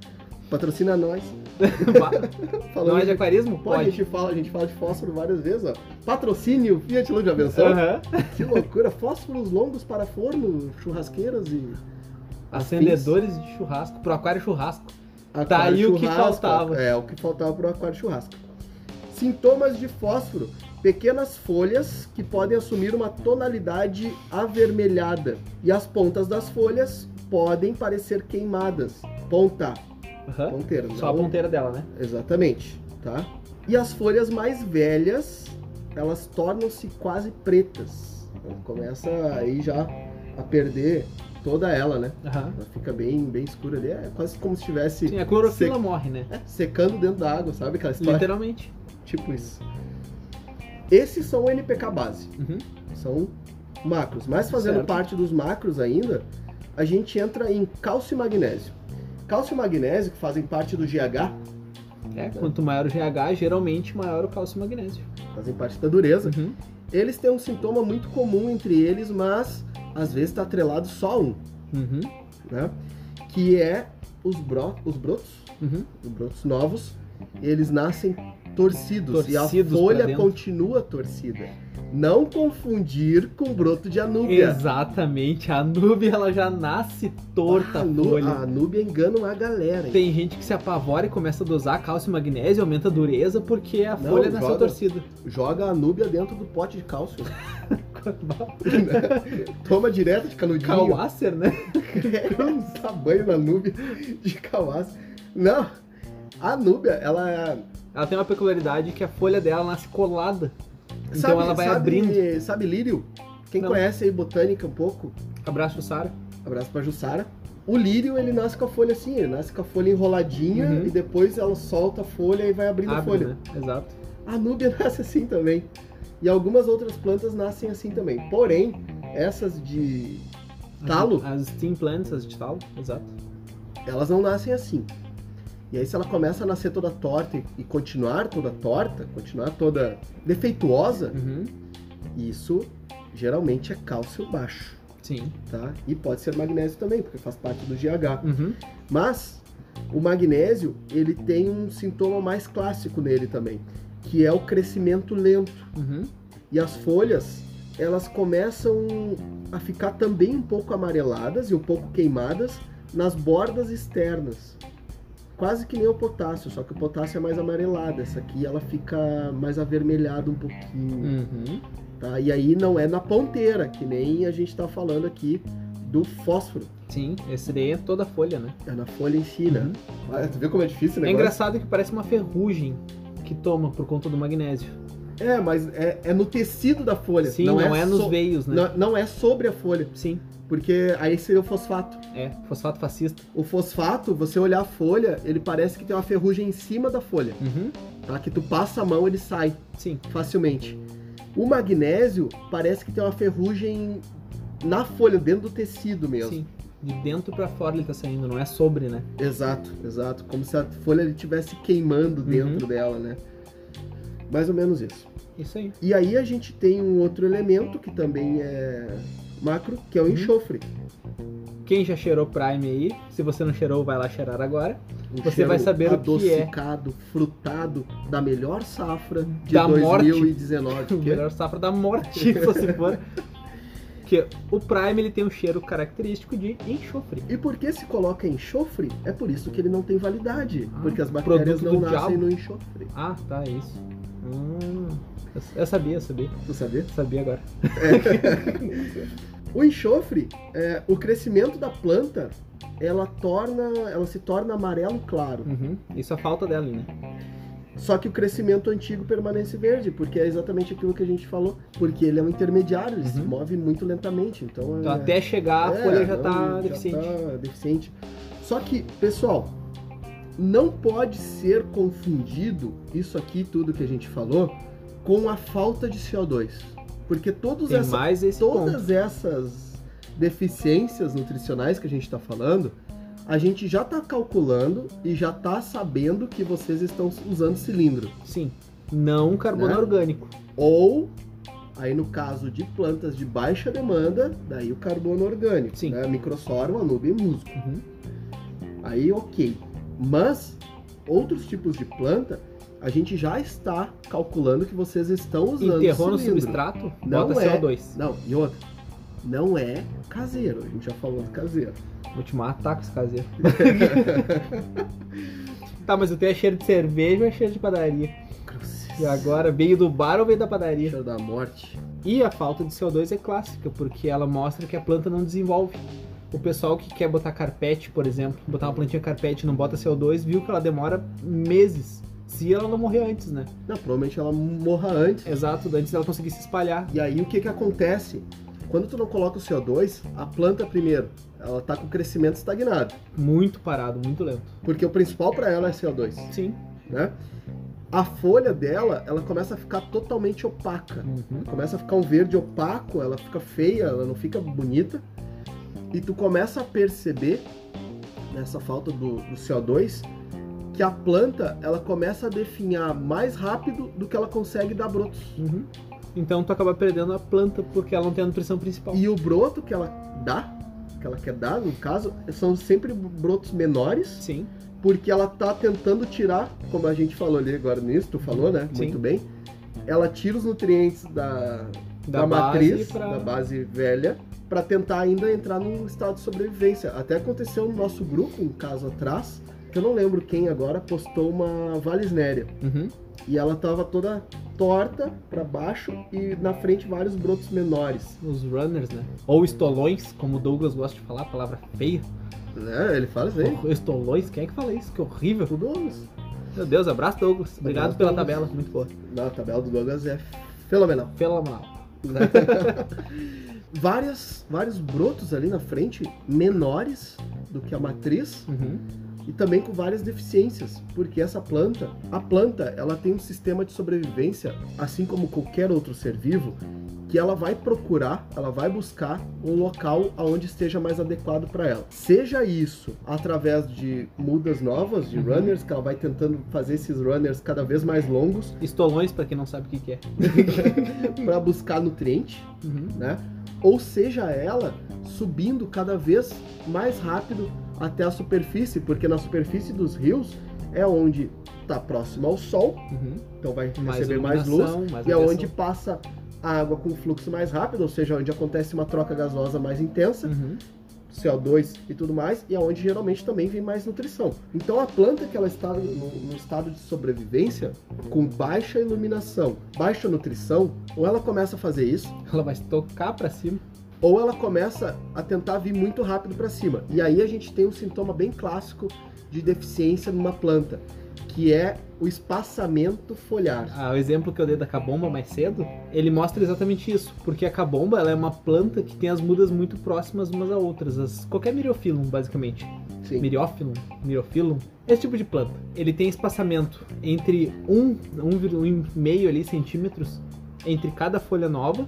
Speaker 2: Patrocina nós.
Speaker 1: não é
Speaker 2: Falando
Speaker 1: de
Speaker 2: de...
Speaker 1: aquarismo?
Speaker 2: Pô, a
Speaker 1: Pode.
Speaker 2: gente fala, a gente fala de fósforo várias vezes, ó. Patrocínio Fiat Lux de Avenção.
Speaker 1: Aham.
Speaker 2: Que loucura, fósforos longos para forno, churrasqueiras e.
Speaker 1: Acendedores de churrasco. Pro aquário churrasco.
Speaker 2: aquário
Speaker 1: Tá aí o que
Speaker 2: churrasco.
Speaker 1: faltava.
Speaker 2: É, o que faltava para o aquário churrasco. Sintomas de fósforo: pequenas folhas que podem assumir uma tonalidade avermelhada e as pontas das folhas podem parecer queimadas. Ponta,
Speaker 1: Aham.
Speaker 2: ponteira,
Speaker 1: Só a
Speaker 2: não-
Speaker 1: ponteira dela, né?
Speaker 2: Exatamente, tá? E as folhas mais velhas, elas tornam-se quase pretas. Então, começa aí já a perder toda ela, né?
Speaker 1: Aham.
Speaker 2: Ela fica bem, bem escura ali, é quase como se estivesse
Speaker 1: Sim, a clorofila
Speaker 2: Seco.
Speaker 1: morre, né?
Speaker 2: é, secando dentro da água, sabe aquela história?
Speaker 1: Literalmente.
Speaker 2: Tipo isso. Esses são o NPK base,
Speaker 1: Uhum.
Speaker 2: são macros. Mas fazendo
Speaker 1: Certo.
Speaker 2: parte dos macros ainda, a gente entra em cálcio e magnésio. Cálcio e magnésio, que fazem parte do GH,
Speaker 1: É, quanto maior o GH, geralmente maior o cálcio e magnésio.
Speaker 2: fazem parte da dureza,
Speaker 1: Uhum.
Speaker 2: Eles têm um sintoma muito comum entre eles, mas às vezes está atrelado só a um,
Speaker 1: Uhum.
Speaker 2: né? Que é os, bro os brotos,
Speaker 1: Uhum.
Speaker 2: os brotos novos, eles nascem torcidos, e a
Speaker 1: Torcidos pra
Speaker 2: folha
Speaker 1: dentro.
Speaker 2: continua torcida. Não confundir com broto de anúbia.
Speaker 1: Exatamente. A nuvem, ela já nasce torta
Speaker 2: a,
Speaker 1: a
Speaker 2: anu-
Speaker 1: folha.
Speaker 2: a anúbia engana uma galera. hein?
Speaker 1: Tem gente que se apavora e começa a dosar cálcio e magnésio, aumenta a dureza porque a
Speaker 2: Não,
Speaker 1: folha nasceu
Speaker 2: joga.
Speaker 1: torcida.
Speaker 2: Joga a anúbia dentro do pote de cálcio. Toma direto de canudinho.
Speaker 1: Cauácer, né?
Speaker 2: É, um tamanho na Núbia de Kawass. Não, a Núbia, ela é.
Speaker 1: Ela tem uma peculiaridade que a folha dela nasce colada. Então ela vai
Speaker 2: sabe,
Speaker 1: abrindo.
Speaker 2: Sabe lírio? Quem
Speaker 1: Não.
Speaker 2: conhece aí botânica um pouco,
Speaker 1: Abraço, Sara.
Speaker 2: abraço pra Jussara. O lírio, ele nasce com a folha assim, ele nasce com a folha enroladinha
Speaker 1: Uhum.
Speaker 2: e depois ela solta a folha e vai abrindo a
Speaker 1: Abre,
Speaker 2: folha.
Speaker 1: né? Exato.
Speaker 2: A núbia nasce assim também. E algumas outras plantas nascem assim também. Porém, essas de talo,
Speaker 1: As, as steam plants, as de talo. Exato.
Speaker 2: elas não nascem assim. E aí se ela começa a nascer toda torta e, e continuar toda torta, continuar toda defeituosa,
Speaker 1: Uhum.
Speaker 2: isso geralmente é cálcio baixo,
Speaker 1: Sim.
Speaker 2: tá? E pode ser magnésio também, porque faz parte do GH.
Speaker 1: Uhum.
Speaker 2: Mas o magnésio, ele tem um sintoma mais clássico nele também, que é o crescimento lento.
Speaker 1: Uhum.
Speaker 2: E as folhas, elas começam a ficar também um pouco amareladas e um pouco queimadas nas bordas externas. Quase que nem o potássio, só que o potássio é mais amarelado. Essa aqui ela fica mais avermelhada um pouquinho.
Speaker 1: Uhum.
Speaker 2: Tá? E aí não é na ponteira, que nem a gente tá falando aqui do fósforo.
Speaker 1: Sim, esse daí é toda a folha, né?
Speaker 2: É na folha em si, né? Ah, tu viu como é difícil o
Speaker 1: Uhum. É
Speaker 2: negócio?
Speaker 1: engraçado que parece uma ferrugem que toma por conta do magnésio.
Speaker 2: É, mas é, é no tecido da folha.
Speaker 1: Sim, não, é, nos
Speaker 2: so-
Speaker 1: veios, né?
Speaker 2: não- não é sobre a folha,
Speaker 1: Sim,
Speaker 2: porque aí seria o fosfato.
Speaker 1: é. Fosfato fascista.
Speaker 2: O fosfato, você olhar a folha, ele parece que tem uma ferrugem em cima da folha.
Speaker 1: Uhum.
Speaker 2: tá? Que tu passa a mão, ele sai
Speaker 1: Sim.
Speaker 2: facilmente. O magnésio parece que tem uma ferrugem na folha, dentro do tecido mesmo.
Speaker 1: Sim. De dentro pra fora ele tá saindo, não é sobre, né?
Speaker 2: Exato, exato. Como se a folha estivesse queimando dentro
Speaker 1: Uhum.
Speaker 2: dela, né? Mais ou menos isso.
Speaker 1: Isso aí.
Speaker 2: E aí a gente tem um outro elemento que também é macro, que é o
Speaker 1: Uhum.
Speaker 2: enxofre.
Speaker 1: Quem já cheirou Prime aí, se você não cheirou, vai lá cheirar agora.
Speaker 2: Um
Speaker 1: Você
Speaker 2: cheiro
Speaker 1: vai saber o que é.
Speaker 2: adocicado, frutado da melhor safra de
Speaker 1: Da morte.
Speaker 2: 2019.
Speaker 1: O
Speaker 2: que é
Speaker 1: melhor safra da morte, se você for. Porque o Prime ele tem um cheiro característico de enxofre.
Speaker 2: E porque se coloca enxofre, é por isso que ele não tem validade.
Speaker 1: Ah,
Speaker 2: porque as bactérias
Speaker 1: produto
Speaker 2: não
Speaker 1: do
Speaker 2: nascem
Speaker 1: diabo.
Speaker 2: no enxofre.
Speaker 1: Ah, tá, é isso. Hum, eu, eu sabia, eu sabia.
Speaker 2: Tu sabia?
Speaker 1: Eu sabia agora.
Speaker 2: É. O enxofre, é, o crescimento da planta, ela torna. Ela se torna amarelo claro.
Speaker 1: Uhum. Isso é a falta dela, né?
Speaker 2: Só que o crescimento antigo permanece verde, porque é exatamente aquilo que a gente falou. Porque ele é um intermediário, ele se
Speaker 1: Uhum.
Speaker 2: move muito lentamente. Então,
Speaker 1: Então
Speaker 2: é-
Speaker 1: até chegar a
Speaker 2: É,
Speaker 1: folha já
Speaker 2: não,
Speaker 1: tá deficiente.
Speaker 2: tá deficiente. Só que, pessoal, não pode ser confundido isso aqui, tudo que a gente falou, com a falta de CO2. Porque todos
Speaker 1: Tem
Speaker 2: essa-
Speaker 1: mais esse ponto.
Speaker 2: todas essas deficiências nutricionais que a gente está falando, a gente já está calculando e já está sabendo que vocês estão usando cilindro.
Speaker 1: Sim. Não carbono
Speaker 2: Né?
Speaker 1: orgânico.
Speaker 2: Ou, aí no caso de plantas de baixa demanda, daí o carbono orgânico.
Speaker 1: Sim.
Speaker 2: Né? Microsorbo, anúbio e musgo.
Speaker 1: Uhum.
Speaker 2: Aí ok. Mas outros tipos de planta, a gente já está calculando que vocês estão usando
Speaker 1: Enterrou no
Speaker 2: cilindro.
Speaker 1: substrato,
Speaker 2: Não
Speaker 1: bota
Speaker 2: é.
Speaker 1: CO2.
Speaker 2: Não, e outra. Não é caseiro, a gente já falou do caseiro.
Speaker 1: Vou te matar com esse caseiro. tá, mas o teu é cheiro de cerveja ou é cheiro de padaria? E agora, veio do bar ou veio da padaria?
Speaker 2: Cheiro da morte.
Speaker 1: E a falta de CO2 é clássica, porque ela mostra que a planta não desenvolve. O pessoal que quer botar carpete, por exemplo, botar uma plantinha carpete e não bota CO2, viu que ela demora meses. Se ela não morrer antes, né?
Speaker 2: Não, provavelmente ela morra antes.
Speaker 1: Exato, antes dela conseguir se espalhar.
Speaker 2: E aí o que que acontece? Quando tu não coloca o CO2, a planta primeiro, ela tá com o crescimento estagnado,
Speaker 1: Muito parado, muito lento.
Speaker 2: porque o principal para ela é CO2,
Speaker 1: Sim.
Speaker 2: né? A folha dela, ela começa a ficar totalmente opaca.
Speaker 1: Uhum.
Speaker 2: começa a ficar um verde opaco, ela fica feia, ela não fica bonita. E tu começa a perceber nessa falta do, do CO2 que a planta ela começa a definhar mais rápido do que ela consegue dar brotos.
Speaker 1: Uhum. Então tu acaba perdendo a planta porque ela não tem a nutrição principal.
Speaker 2: E o broto que ela dá, que ela quer dar, no caso, são sempre brotos menores,
Speaker 1: Sim.
Speaker 2: porque ela tá tentando tirar, como a gente falou ali agora nisso, tu falou, né?
Speaker 1: Sim.
Speaker 2: Muito bem. Ela tira os nutrientes da, da,
Speaker 1: base
Speaker 2: matriz,
Speaker 1: pra-
Speaker 2: da base velha, para tentar ainda entrar num estado de sobrevivência. Até aconteceu no nosso grupo, um caso atrás, que eu não lembro quem agora, postou uma valisnéria.
Speaker 1: Uhum.
Speaker 2: E ela tava toda torta para baixo e na frente vários brotos menores.
Speaker 1: Os runners, né? Ou estolões, como o Douglas gosta de falar, palavra feia.
Speaker 2: Né? Ele fala isso aí.
Speaker 1: Estolões, quem é que fala isso? Que horrível.
Speaker 2: O Douglas.
Speaker 1: Meu Deus, abraço, Douglas. Obrigado
Speaker 2: Abraço,
Speaker 1: pela
Speaker 2: Douglas.
Speaker 1: tabela, muito boa.
Speaker 2: Na tabela do Douglas é fenomenal.
Speaker 1: Fenomenal.
Speaker 2: né? Várias, vários brotos ali na frente, menores do que a matriz,
Speaker 1: Uhum.
Speaker 2: e também com várias deficiências, porque essa planta, a planta, ela tem um sistema de sobrevivência, assim como qualquer outro ser vivo, que ela vai procurar, ela vai buscar um local aonde esteja mais adequado para ela. Seja isso através de mudas novas, de
Speaker 1: Uhum.
Speaker 2: runners, que ela vai tentando fazer esses runners cada vez mais longos
Speaker 1: Estolões, pra quem não sabe o que, que é.
Speaker 2: para buscar nutriente,
Speaker 1: Uhum.
Speaker 2: né? Ou seja, ela subindo cada vez mais rápido até a superfície, porque na superfície dos rios é onde está próximo ao sol,
Speaker 1: Uhum.
Speaker 2: então vai
Speaker 1: Mais
Speaker 2: receber mais luz,
Speaker 1: iluminação, mais
Speaker 2: e é
Speaker 1: radiação.
Speaker 2: onde passa a água com fluxo mais rápido, ou seja, onde acontece uma troca gasosa mais intensa,
Speaker 1: Uhum.
Speaker 2: CO2 e tudo mais, e é onde geralmente também vem mais nutrição. Então a planta que ela está no, no estado de sobrevivência, com baixa iluminação, baixa nutrição, ou ela começa a fazer isso,
Speaker 1: Ela vai se tocar pra cima.
Speaker 2: ou ela começa a tentar vir muito rápido para cima. E aí a gente tem um sintoma bem clássico de deficiência numa planta, que é o espaçamento foliar.
Speaker 1: Ah, o exemplo que eu dei da cabomba mais cedo, ele mostra exatamente isso. Porque a cabomba ela é uma planta que tem as mudas muito próximas umas a outras. As, qualquer miriofilum, basicamente.
Speaker 2: Sim.
Speaker 1: Miriófilum, miriofilum, Esse tipo de planta, ele tem espaçamento entre 1, 1,5 ali centímetros entre cada folha nova.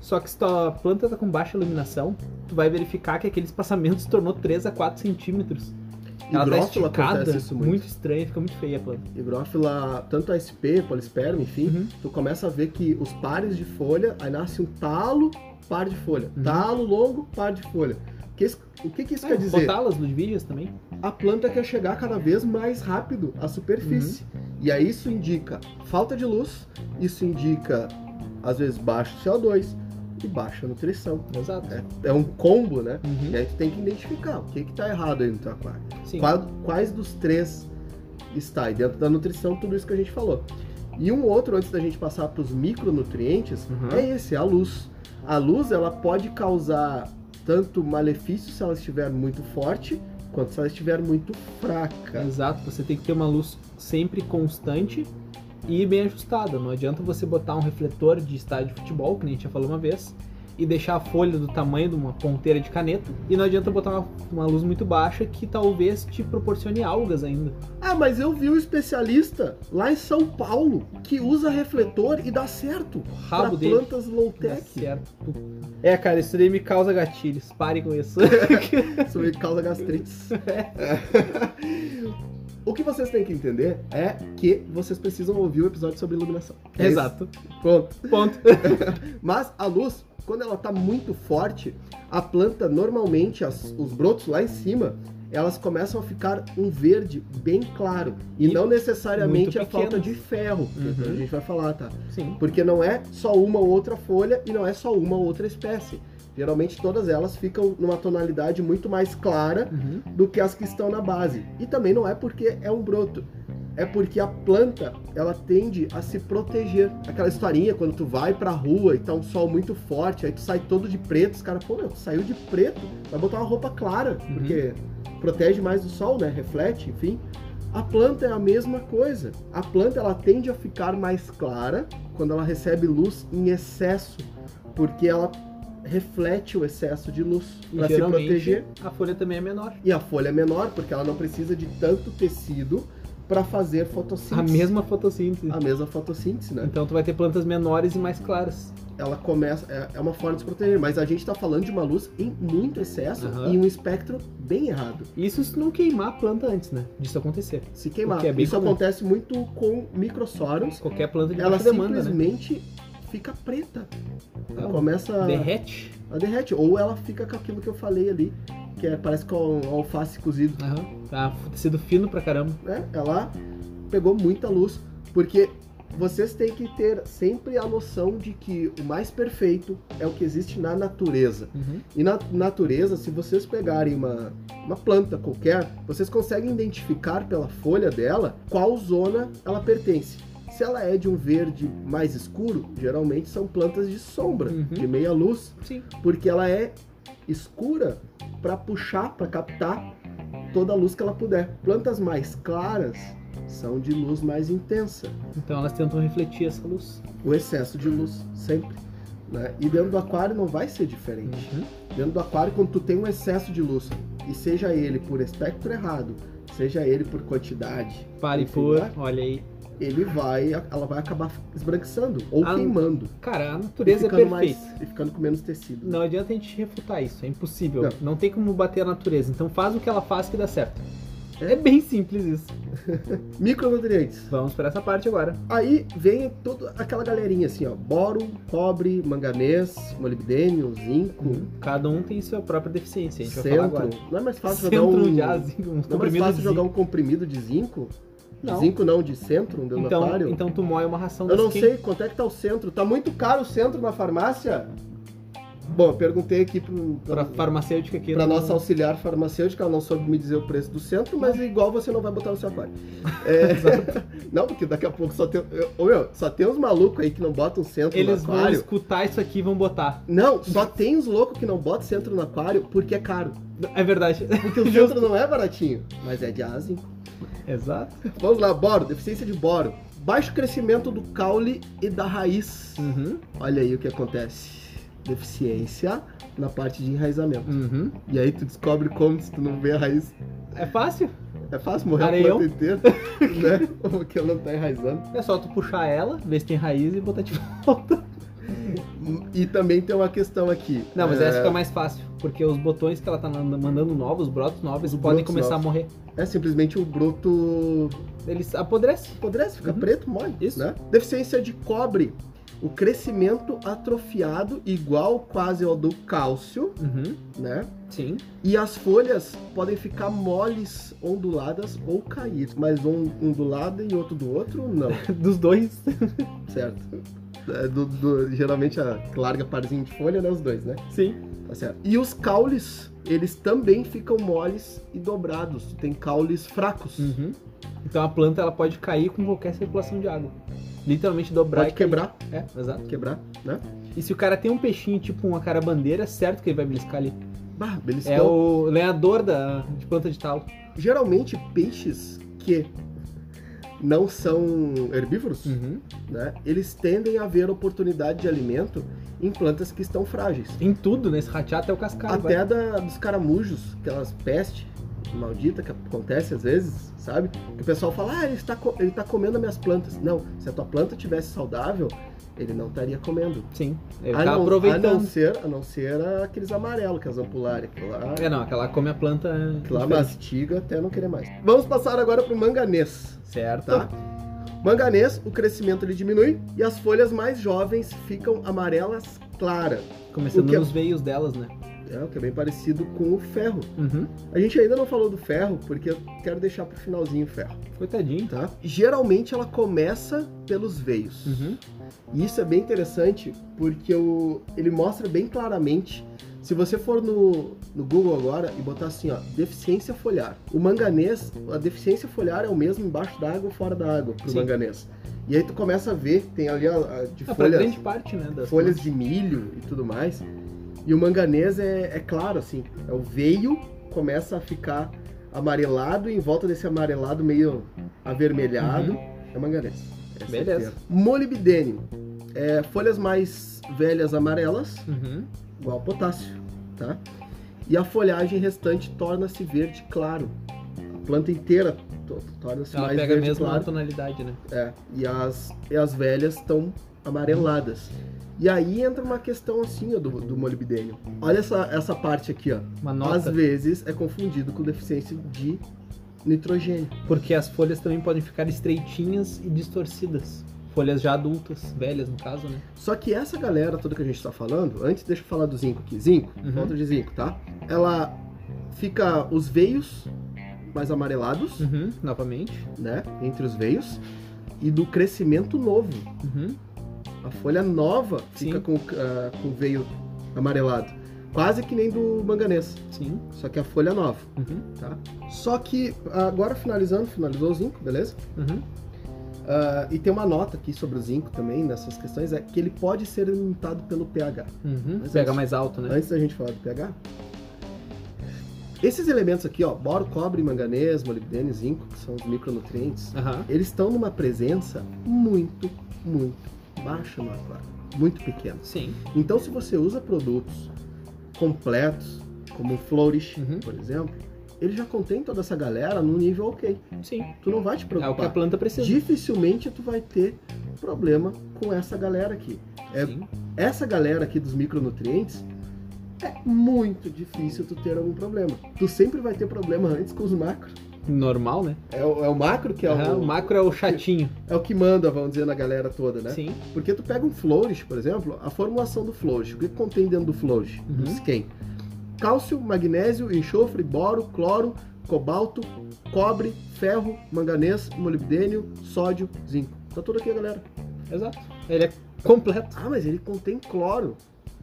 Speaker 1: Só que se tua planta tá com baixa iluminação, tu vai verificar que aquele espaçamento se tornou 3 a 4 centímetros.
Speaker 2: E
Speaker 1: Ela tá
Speaker 2: grófila
Speaker 1: esticada,
Speaker 2: acontece isso
Speaker 1: muito.
Speaker 2: muito.
Speaker 1: estranha, fica muito feia a planta.
Speaker 2: Hidrófila, tanto a SP, polisperma, enfim,
Speaker 1: Uhum.
Speaker 2: tu começa a ver que os pares de folha, aí nasce um talo, par de folha.
Speaker 1: Uhum.
Speaker 2: Talo longo, par de folha. Que isso- o que, que isso
Speaker 1: É,
Speaker 2: quer dizer?
Speaker 1: Botalas, ludvígias também.
Speaker 2: A planta quer chegar cada vez mais rápido à superfície. E aí isso indica falta de luz, isso indica, às vezes, baixo CO2 e baixa nutrição.
Speaker 1: Exato.
Speaker 2: É um combo, né?
Speaker 1: Uhum,
Speaker 2: E aí tu tem que identificar o que que tá errado aí no teu aquário.
Speaker 1: Sim.
Speaker 2: Qual- quais dos três está aí dentro da nutrição, tudo isso que a gente falou. E um outro, antes da gente passar para os micronutrientes,
Speaker 1: Uhum.
Speaker 2: é esse, a luz. A luz, ela pode causar tanto malefício se ela estiver muito forte, quanto se ela estiver muito fraca.
Speaker 1: Exato, você tem que ter uma luz sempre constante e bem ajustada. Não adianta você botar um refletor de estádio de futebol, que nem a gente já falou uma vez, e deixar a folha do tamanho de uma ponteira de caneta. E não adianta botar uma, uma luz muito baixa que talvez te proporcione algas ainda.
Speaker 2: Ah, mas eu vi um especialista lá em São Paulo que usa refletor e dá certo
Speaker 1: O
Speaker 2: para
Speaker 1: rabo dele.
Speaker 2: plantas
Speaker 1: Dá
Speaker 2: low-tech.
Speaker 1: certo. É, cara, isso daí me causa gatilhos. Parem com isso.
Speaker 2: Isso aí causa gastrites. É. o que vocês têm que entender é que vocês precisam ouvir o episódio sobre iluminação. É
Speaker 1: Exato.
Speaker 2: isso. Pronto.
Speaker 1: Ponto.
Speaker 2: Mas a luz, quando ela tá muito forte, a planta normalmente, as- os brotos lá em cima, elas começam a ficar um verde bem claro. E,
Speaker 1: E
Speaker 2: não necessariamente
Speaker 1: muito
Speaker 2: a falta
Speaker 1: pequenas.
Speaker 2: de ferro, que
Speaker 1: Uhum.
Speaker 2: a gente vai falar, tá?
Speaker 1: Sim.
Speaker 2: Porque não é só uma ou outra folha e não é só uma ou outra espécie. Geralmente todas elas ficam numa tonalidade muito mais clara
Speaker 1: Uhum.
Speaker 2: do que as que estão na base. E também não é porque é um broto. É porque a planta, ela tende a se proteger. Aquela historinha quando tu vai pra rua e tá um sol muito forte, aí tu sai todo de preto, os caras, pô, meu, tu saiu de preto, vai botar uma roupa clara,
Speaker 1: Uhum.
Speaker 2: porque protege mais do sol, né? Reflete, enfim. A planta é a mesma coisa. A planta ela tende a ficar mais clara quando ela recebe luz em excesso, porque ela reflete o excesso de luz
Speaker 1: E
Speaker 2: para se
Speaker 1: geralmente,
Speaker 2: proteger.
Speaker 1: A folha também é menor.
Speaker 2: E a folha é menor, porque ela não precisa de tanto tecido para fazer fotossíntese.
Speaker 1: A mesma fotossíntese.
Speaker 2: A mesma fotossíntese, né?
Speaker 1: Então tu vai ter plantas menores e mais claras.
Speaker 2: Ela começa. É, é uma forma de se proteger. Mas a gente tá falando de uma luz em muito excesso
Speaker 1: Aham.
Speaker 2: e um espectro bem errado.
Speaker 1: Isso se não queimar a planta antes, né? Disso acontecer.
Speaker 2: Se queimar.
Speaker 1: O que é bem
Speaker 2: Isso
Speaker 1: comum.
Speaker 2: acontece muito com microssórios.
Speaker 1: Qualquer planta de
Speaker 2: Ela
Speaker 1: baixa demanda, né?
Speaker 2: simplesmente fica preta. Ela
Speaker 1: Ela
Speaker 2: começa. a-
Speaker 1: Derrete.
Speaker 2: Ela derrete. Ou ela fica com aquilo que eu falei ali, que é, parece com alface cozido.
Speaker 1: Aham. Tá tecido fino pra caramba.
Speaker 2: né? Ela pegou muita luz, porque vocês têm que ter sempre a noção de que o mais perfeito é o que existe na natureza.
Speaker 1: Uhum.
Speaker 2: E na natureza, se vocês pegarem uma, uma planta qualquer, vocês conseguem identificar pela folha dela qual zona ela pertence. Se ela é de um verde mais escuro, geralmente são plantas de sombra,
Speaker 1: Uhum.
Speaker 2: de meia luz,
Speaker 1: Sim.
Speaker 2: porque ela é escura para puxar, para captar toda a luz que ela puder. Plantas mais claras são de luz mais intensa,
Speaker 1: Então elas tentam refletir essa luz.
Speaker 2: o excesso de luz sempre. né? E dentro do aquário não vai ser diferente. Dentro do aquário, quando tu tem um excesso de luz, e seja ele por espectro errado, seja ele por quantidade,
Speaker 1: Pare
Speaker 2: Enfim,
Speaker 1: por.
Speaker 2: né?
Speaker 1: Olha aí.
Speaker 2: ele vai, ela vai acabar esbranquiçando ou
Speaker 1: Ah,
Speaker 2: queimando,
Speaker 1: Cara, a
Speaker 2: e
Speaker 1: natureza é
Speaker 2: ficando
Speaker 1: perfeita.
Speaker 2: mais, e ficando com menos tecido.
Speaker 1: Não adianta a gente refutar isso, é impossível.
Speaker 2: Não.
Speaker 1: Não. tem como bater a natureza. Então faz o que ela faz que dá certo.
Speaker 2: É.
Speaker 1: É bem simples isso.
Speaker 2: Micronutrientes.
Speaker 1: Vamos pra essa parte agora.
Speaker 2: Aí vem toda aquela galerinha assim, ó. Boro, cobre, manganês, molibdênio, zinco,
Speaker 1: Cada um tem sua própria deficiência. A gente vai falar
Speaker 2: centro.
Speaker 1: agora.
Speaker 2: Não é mais fácil jogar
Speaker 1: Centro
Speaker 2: um.
Speaker 1: de ácido, um
Speaker 2: Não é mais
Speaker 1: comprimido
Speaker 2: fácil
Speaker 1: de
Speaker 2: jogar
Speaker 1: zinco.
Speaker 2: um comprimido de zinco?
Speaker 1: Não.
Speaker 2: De zinco não, de centro, dentro do
Speaker 1: Então,
Speaker 2: aquário?
Speaker 1: então tu moe uma ração
Speaker 2: Eu
Speaker 1: das
Speaker 2: não
Speaker 1: quem-
Speaker 2: sei quanto é que tá o centro. Tá muito caro o centro na farmácia? Bom, eu perguntei aqui pro,
Speaker 1: pra farmacêutica aqui.
Speaker 2: Pra
Speaker 1: não-
Speaker 2: nossa auxiliar farmacêutica, ela não soube me dizer o preço do centro, mas igual você não vai botar no seu aquário. É, não, porque daqui a pouco só tem. Ô meu, só tem uns malucos aí que não botam centro
Speaker 1: Eles
Speaker 2: no
Speaker 1: vão
Speaker 2: aquário.
Speaker 1: escutar isso aqui e vão botar.
Speaker 2: Não, só tem os loucos que não botam centro no aquário porque é caro.
Speaker 1: É verdade.
Speaker 2: Porque o centro não é baratinho, mas é de asin.
Speaker 1: Exato.
Speaker 2: Vamos lá, boro, deficiência de boro. Baixo crescimento do caule e da raiz.
Speaker 1: Uhum.
Speaker 2: Olha aí o que acontece. Deficiência na parte de enraizamento.
Speaker 1: Uhum.
Speaker 2: E aí tu descobre como se tu não vê a raiz.
Speaker 1: É fácil?
Speaker 2: É fácil morrer
Speaker 1: Areião.
Speaker 2: a planta inteira, né? Porque ela não tá enraizando.
Speaker 1: É só tu puxar ela, ver se tem raiz e botar de volta.
Speaker 2: E também tem uma questão aqui.
Speaker 1: Não, mas
Speaker 2: é...
Speaker 1: essa fica mais fácil, porque os botões que ela tá man- mandando novos, os brotos novos,
Speaker 2: Os
Speaker 1: podem
Speaker 2: brotos
Speaker 1: começar a morrer.
Speaker 2: é simplesmente o broto
Speaker 1: Eles apodrecem.
Speaker 2: apodrece, fica
Speaker 1: Uhum.
Speaker 2: preto, mole.
Speaker 1: Isso.
Speaker 2: Né? Deficiência de cobre. O crescimento atrofiado igual quase ao do cálcio,
Speaker 1: Uhum,
Speaker 2: né?
Speaker 1: sim.
Speaker 2: E as folhas podem ficar moles, onduladas ou cair. Mas um ondulada e outro do outro, não,
Speaker 1: Dos dois.
Speaker 2: certo? É, do- do- geralmente a larga parzinha de folha, né? Os dois, né?
Speaker 1: Sim.
Speaker 2: Tá certo. E os caules, eles também ficam moles e dobrados. Tem caules fracos.
Speaker 1: Uhum. Então a planta ela pode cair com qualquer circulação de água. Literalmente dobrar.
Speaker 2: Pode
Speaker 1: e
Speaker 2: quebrar,
Speaker 1: cair. É, exato.
Speaker 2: quebrar, né?
Speaker 1: E se o cara tem um peixinho, tipo uma carabandeira, certo que ele vai beliscar ali.
Speaker 2: Bah, beliscou.
Speaker 1: É o lenhador da, de planta de talo.
Speaker 2: Geralmente peixes que não são herbívoros,
Speaker 1: Uhum.
Speaker 2: né? Eles tendem a ver oportunidade de alimento em plantas que estão frágeis.
Speaker 1: Em tudo, né? nesse ratear até é o cascalho. vai.
Speaker 2: Até da- dos caramujos, aquelas pestes maldita que acontece às vezes, sabe? Que o pessoal fala, ah, ele está, co- ele está comendo as minhas plantas. Não, se a tua planta tivesse saudável, ele não estaria comendo.
Speaker 1: Sim. Ele
Speaker 2: a,
Speaker 1: tá
Speaker 2: não, a não
Speaker 1: aproveitando.
Speaker 2: ser, a não ser aqueles amarelos que as ampulárias, que lá,
Speaker 1: É não, aquela come a planta.
Speaker 2: que lá mastiga até não querer mais. Vamos passar agora pro manganês,
Speaker 1: Certo.
Speaker 2: tá? Manganês, o crescimento ele diminui e as folhas mais jovens ficam amarelas claras.
Speaker 1: Começando
Speaker 2: O que-
Speaker 1: nos veios delas, né?
Speaker 2: É, o que é bem parecido com o ferro.
Speaker 1: Uhum.
Speaker 2: A gente ainda não falou do ferro, porque eu quero deixar pro finalzinho o ferro,
Speaker 1: Coitadinho.
Speaker 2: tá? Geralmente ela começa pelos veios.
Speaker 1: Uhum.
Speaker 2: E isso é bem interessante, porque o, ele mostra bem claramente. Se você for no, no Google agora e botar assim, ó, deficiência foliar. O manganês, a deficiência foliar é o mesmo embaixo da água ou fora da água pro
Speaker 1: Sim.
Speaker 2: manganês. E aí tu começa a ver, tem ali a, a- de
Speaker 1: Ah, pra
Speaker 2: folhas
Speaker 1: grande parte, né? Das
Speaker 2: folhas de milho e tudo mais. E o manganês é, é claro, assim, é o veio começa a ficar amarelado e em volta desse amarelado meio avermelhado é manganês. É
Speaker 1: Uhum. Beleza.
Speaker 2: certeiro. Molibdênio. É, folhas mais velhas amarelas,
Speaker 1: Uhum.
Speaker 2: igual potássio, tá? E a folhagem restante torna-se verde claro. A planta inteira to- torna-se
Speaker 1: Ela
Speaker 2: mais
Speaker 1: pega
Speaker 2: verde
Speaker 1: mesmo
Speaker 2: claro.
Speaker 1: a tonalidade, né?
Speaker 2: É, e as, e as velhas estão amareladas. E aí entra uma questão assim, ó, do, do molibdênio. Olha essa, essa parte aqui, ó.
Speaker 1: Uma
Speaker 2: Às
Speaker 1: nota.
Speaker 2: vezes é confundido com deficiência de nitrogênio.
Speaker 1: Porque as folhas também podem ficar estreitinhas e distorcidas. Folhas já adultas, velhas no caso, né?
Speaker 2: Só que essa galera toda que a gente tá falando, antes deixa eu falar do zinco aqui. Zinco,
Speaker 1: Uhum.
Speaker 2: falta de zinco, tá? Ela fica os veios mais amarelados,
Speaker 1: Uhum. Novamente.
Speaker 2: né? Entre os veios. E do crescimento novo.
Speaker 1: Uhum.
Speaker 2: A folha nova fica
Speaker 1: Sim.
Speaker 2: com, ah, com veio amarelado. Quase que nem do manganês,
Speaker 1: Sim.
Speaker 2: só que a folha nova,
Speaker 1: Uhum.
Speaker 2: tá? Só que, ah, agora finalizando, finalizou o zinco, beleza?
Speaker 1: Uhum.
Speaker 2: Ah, e tem uma nota aqui sobre o zinco também, nessas questões, é que ele pode ser limitado pelo pH.
Speaker 1: Uhum.
Speaker 2: Mas
Speaker 1: Pega
Speaker 2: antes-
Speaker 1: mais alto, né?
Speaker 2: Antes da gente falar do pH, esses elementos aqui, ó, boro, cobre, manganês, molibdênio, zinco, que são os micronutrientes,
Speaker 1: Aham.
Speaker 2: eles estão numa presença muito, muito baixa no aquário, muito pequena.
Speaker 1: Sim.
Speaker 2: Então, se você usa produtos completos, como o Flourish,
Speaker 1: Uhum.
Speaker 2: por exemplo, ele já contém toda essa galera num nível ok.
Speaker 1: Sim.
Speaker 2: Tu não vai te
Speaker 1: É o que a
Speaker 2: preocupar.
Speaker 1: planta precisa.
Speaker 2: Dificilmente tu vai ter problema com essa galera aqui. é-
Speaker 1: Sim.
Speaker 2: Essa galera aqui dos micronutrientes é muito difícil tu ter algum problema. Tu sempre vai ter problema antes com os macros.
Speaker 1: Normal, né?
Speaker 2: É o, é o macro que é,
Speaker 1: Aham,
Speaker 2: o,
Speaker 1: O macro é o chatinho.
Speaker 2: é o que manda, vamos dizer, na galera toda, né?
Speaker 1: Sim.
Speaker 2: Porque tu pega um Flourish, por exemplo, a formulação do Flourish, o que que contém dentro do Flourish?
Speaker 1: Uhum.
Speaker 2: Diz quem? Cálcio, magnésio, enxofre, boro, cloro, cobalto, cobre, ferro, manganês, molibdênio, sódio, zinco. Tá tudo aqui, galera.
Speaker 1: Exato. Ele é completo.
Speaker 2: Ah, mas ele contém cloro.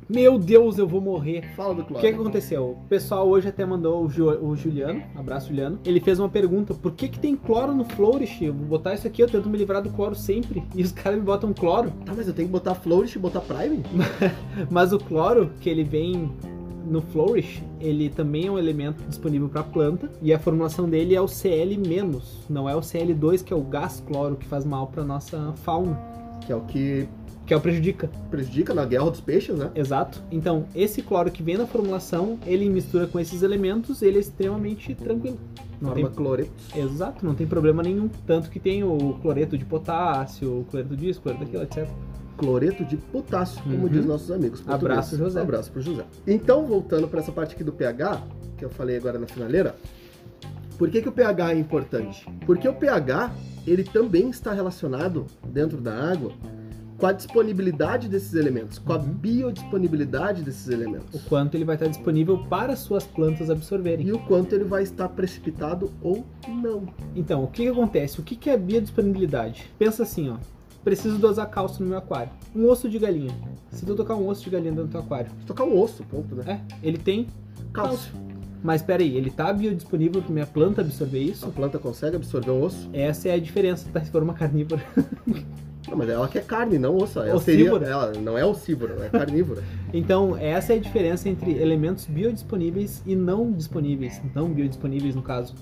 Speaker 1: Meu Deus, eu vou morrer.
Speaker 2: Fala do
Speaker 1: O
Speaker 2: cloro.
Speaker 1: que que aconteceu? O pessoal hoje até mandou o, Ju- o Juliano, abraço Juliano, ele fez uma pergunta, por que que tem cloro no Flourish? Eu vou botar isso aqui, eu tento me livrar do cloro sempre, e os caras me botam cloro.
Speaker 2: Tá, mas eu tenho que botar Flourish e botar Prime?
Speaker 1: Mas o cloro que ele vem no Flourish, ele também é um elemento disponível para planta e a formulação dele é o Cl-, não é o Cl2 que é o gás cloro que faz mal para nossa fauna,
Speaker 2: Que é o que
Speaker 1: que é o prejudica.
Speaker 2: prejudica na guerra dos peixes, né?
Speaker 1: Exato. Então, esse cloro que vem na formulação, ele mistura com esses elementos, ele é extremamente tranquilo. Não
Speaker 2: forma
Speaker 1: tem,
Speaker 2: cloreto.
Speaker 1: exato, não tem problema nenhum. Tanto que tem o cloreto de potássio, o cloreto disso, cloreto daquilo, etc.
Speaker 2: Cloreto de potássio, como
Speaker 1: Uhum.
Speaker 2: diz nossos amigos. portugueses.
Speaker 1: Abraço, José.
Speaker 2: Abraço pro José. Então, voltando para essa parte aqui do pH, que eu falei agora na finaleira, por que, que o pH é importante? Porque o pH, ele também está relacionado, dentro da água, com a disponibilidade desses elementos, com a
Speaker 1: Uhum.
Speaker 2: biodisponibilidade desses elementos.
Speaker 1: O quanto ele vai estar disponível para suas plantas absorverem.
Speaker 2: E o quanto ele vai estar precipitado ou não.
Speaker 1: Então, o que, que acontece? O que, que é a biodisponibilidade? Pensa assim, ó. Preciso dosar cálcio no meu aquário. Um osso de galinha. Se tu tocar um osso de galinha dentro do teu aquário,
Speaker 2: Se tocar um osso, ponto, né?
Speaker 1: é, ele tem.
Speaker 2: Cálcio.
Speaker 1: Mas peraí, ele tá biodisponível para minha planta absorver
Speaker 2: A
Speaker 1: isso?
Speaker 2: planta consegue absorver um osso?
Speaker 1: Essa é a diferença, tá? Se for uma carnívora.
Speaker 2: Não, mas ela quer carne, não osso. Ela
Speaker 1: Ossívoro.
Speaker 2: seria. Ela não é ossívoro, ela é carnívora.
Speaker 1: Então, essa é a diferença entre elementos biodisponíveis e não disponíveis, não biodisponíveis no caso.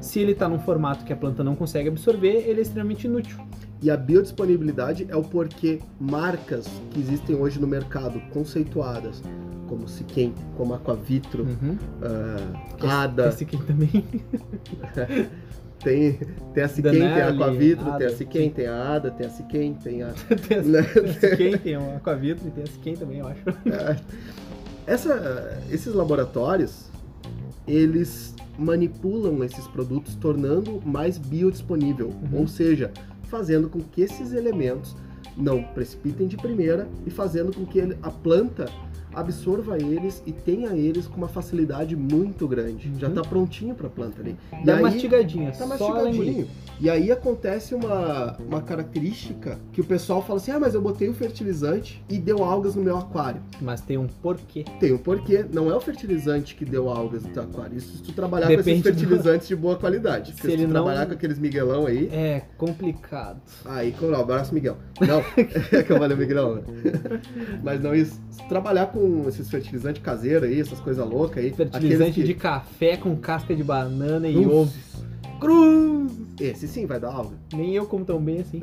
Speaker 1: Se ele está num formato que a planta não consegue absorver, ele é extremamente inútil.
Speaker 2: E a biodisponibilidade é o porquê marcas que existem hoje no mercado, conceituadas, como Siquem, como Aquavitro, ah, Ada,
Speaker 1: Hum. Esse aqui também.
Speaker 2: tem, tem a Siquem, tem a
Speaker 1: Denali,
Speaker 2: Aquavitro,
Speaker 1: Ada,
Speaker 2: tem a Siquem, tem a Ada, tem a Siquem, tem a...
Speaker 1: tem esse- esse quem tem o aquavitro e tem esse quem também, eu acho.
Speaker 2: Essa, esses laboratórios, eles manipulam esses produtos, tornando mais biodisponível,
Speaker 1: Uhum.
Speaker 2: ou seja, fazendo com que esses elementos não precipitem de primeira e fazendo com que ele- a planta absorva eles e tenha eles com uma facilidade muito grande.
Speaker 1: Uhum.
Speaker 2: Já está prontinho para a planta ali. E
Speaker 1: Dá
Speaker 2: aí-
Speaker 1: mastigadinha,
Speaker 2: Tá
Speaker 1: só ela engolir.
Speaker 2: mastigadinho. E aí acontece uma, uma característica que o pessoal fala assim: ah, mas eu botei o fertilizante e deu algas no meu aquário.
Speaker 1: Mas tem um porquê.
Speaker 2: Tem um porquê, não é o fertilizante que deu algas no teu aquário. Isso se tu trabalhar
Speaker 1: Depende
Speaker 2: com esses fertilizantes de boa qualidade.
Speaker 1: Se
Speaker 2: Porque se,
Speaker 1: ele
Speaker 2: tu
Speaker 1: não-
Speaker 2: trabalhar com aqueles Miguelão aí.
Speaker 1: É complicado.
Speaker 2: Aí, com um abraço, Miguel. Não, é que eu valeu, Miguelão. né? Mas não isso. Se tu trabalhar com esses fertilizantes caseiros aí, essas coisas loucas aí.
Speaker 1: Fertilizante
Speaker 2: aqueles
Speaker 1: de café com casca de banana
Speaker 2: que...
Speaker 1: e ovo. Cruz!
Speaker 2: Esse sim vai dar alga.
Speaker 1: Nem eu como tão bem assim.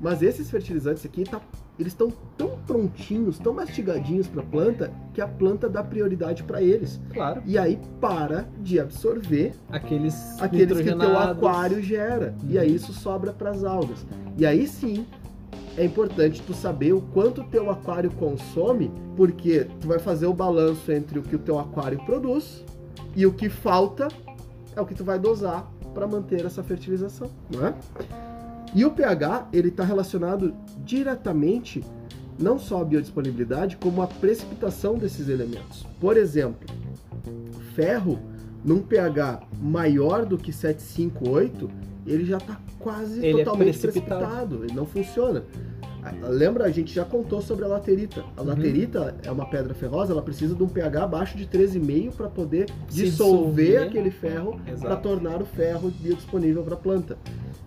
Speaker 2: Mas esses fertilizantes aqui, tá- eles estão tão prontinhos, tão mastigadinhos pra planta, que a planta dá prioridade pra eles.
Speaker 1: Claro.
Speaker 2: E aí para de absorver
Speaker 1: Aqueles
Speaker 2: aqueles que teu
Speaker 1: nitrogenados.
Speaker 2: aquário gera. E aí isso sobra para as algas. E aí sim é importante tu saber o quanto o teu aquário consome, porque tu vai fazer o balanço entre o que o teu aquário produz e o que falta é o que tu vai dosar para manter essa fertilização, não é? E o pH, ele está relacionado diretamente não só à biodisponibilidade, como à precipitação desses elementos. Por exemplo, ferro num pH maior do que 758, ele já está quase
Speaker 1: Ele é
Speaker 2: totalmente
Speaker 1: precipitado.
Speaker 2: precipitado, ele não funciona. A- Lembra, a gente já contou sobre a laterita. A
Speaker 1: Uhum.
Speaker 2: laterita é uma pedra ferrosa, ela precisa de um pH abaixo de 13,5 para poder
Speaker 1: Se
Speaker 2: dissolver
Speaker 1: dissolver.
Speaker 2: aquele ferro para
Speaker 1: Exato. Uhum.
Speaker 2: tornar o ferro biodisponível para a planta.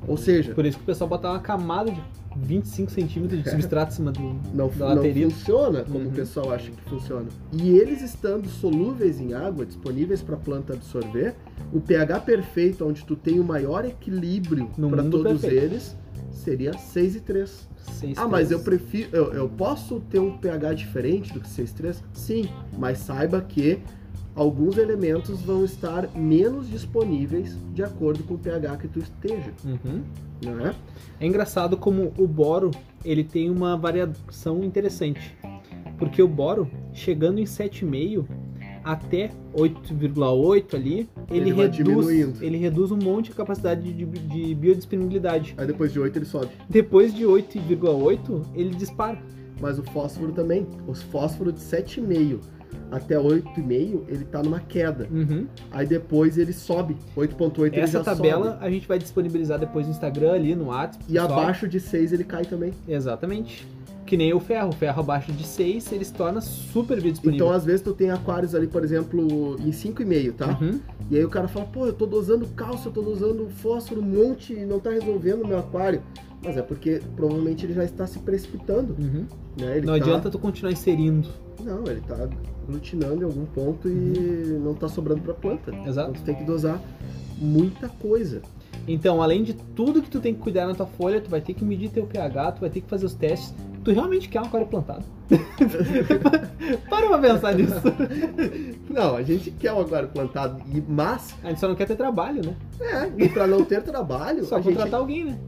Speaker 2: Ou seja,
Speaker 1: Por isso que o pessoal bota uma camada de 25 centímetros de substrato em cima do.
Speaker 2: não,
Speaker 1: da
Speaker 2: não
Speaker 1: laterita.
Speaker 2: funciona como
Speaker 1: Uhum.
Speaker 2: o pessoal acha que funciona. E eles estando solúveis em água, disponíveis para a planta absorver, o pH perfeito, onde tu tem o maior equilíbrio
Speaker 1: No
Speaker 2: para
Speaker 1: mundo
Speaker 2: todos
Speaker 1: perfeito.
Speaker 2: eles, seria 6 e 3.
Speaker 1: Seis
Speaker 2: Ah, mas eu
Speaker 1: quilos.
Speaker 2: prefiro. Eu, eu posso ter um pH diferente do que 6,3? Sim, mas saiba que alguns elementos vão estar menos disponíveis de acordo com o pH que tu esteja,
Speaker 1: Uhum.
Speaker 2: não é?
Speaker 1: É engraçado como o boro ele tem uma variação interessante. Porque o boro, chegando em 7,5 até 8,8 ali, ele,
Speaker 2: Ele vai
Speaker 1: reduz,
Speaker 2: diminuindo.
Speaker 1: ele reduz um monte a capacidade de, de biodisponibilidade.
Speaker 2: Aí depois de 8 ele sobe.
Speaker 1: Depois de 8,8, ele dispara.
Speaker 2: Mas o fósforo também. Os fósforo de 7,5 até 8,5 ele tá numa queda.
Speaker 1: Uhum.
Speaker 2: Aí depois ele sobe. 8,8 ele
Speaker 1: Essa
Speaker 2: já
Speaker 1: tabela
Speaker 2: sobe.
Speaker 1: a gente vai disponibilizar depois no Instagram ali, no WhatsApp.
Speaker 2: E
Speaker 1: pessoal.
Speaker 2: abaixo de 6 ele cai também.
Speaker 1: Exatamente. Que nem o ferro. O ferro abaixo de 6, ele se torna super
Speaker 2: Então
Speaker 1: biodisponível.
Speaker 2: às vezes tu tem aquários ali, por exemplo, em 5,5, tá?
Speaker 1: Uhum.
Speaker 2: E aí o cara fala, pô, eu tô dosando cálcio, eu tô dosando fósforo, um monte, e não tá resolvendo o meu aquário. Mas é porque provavelmente ele já está se precipitando,
Speaker 1: Uhum.
Speaker 2: né? Ele
Speaker 1: Não
Speaker 2: tá-
Speaker 1: adianta tu continuar inserindo.
Speaker 2: Não, ele tá aglutinando em algum ponto
Speaker 1: Uhum.
Speaker 2: e não tá sobrando pra planta.
Speaker 1: Exato.
Speaker 2: Então tu tem que dosar muita coisa.
Speaker 1: Então, além de tudo que tu tem que cuidar na tua folha, tu vai ter que medir teu pH, tu vai ter que fazer os testes. Tu realmente quer um aquário plantado? Para pra pensar nisso.
Speaker 2: Não, a gente quer um aquário plantado, e- mas,
Speaker 1: A gente só não quer ter trabalho, né?
Speaker 2: é, e pra não ter trabalho,
Speaker 1: Só
Speaker 2: a gente...
Speaker 1: contratar alguém, né?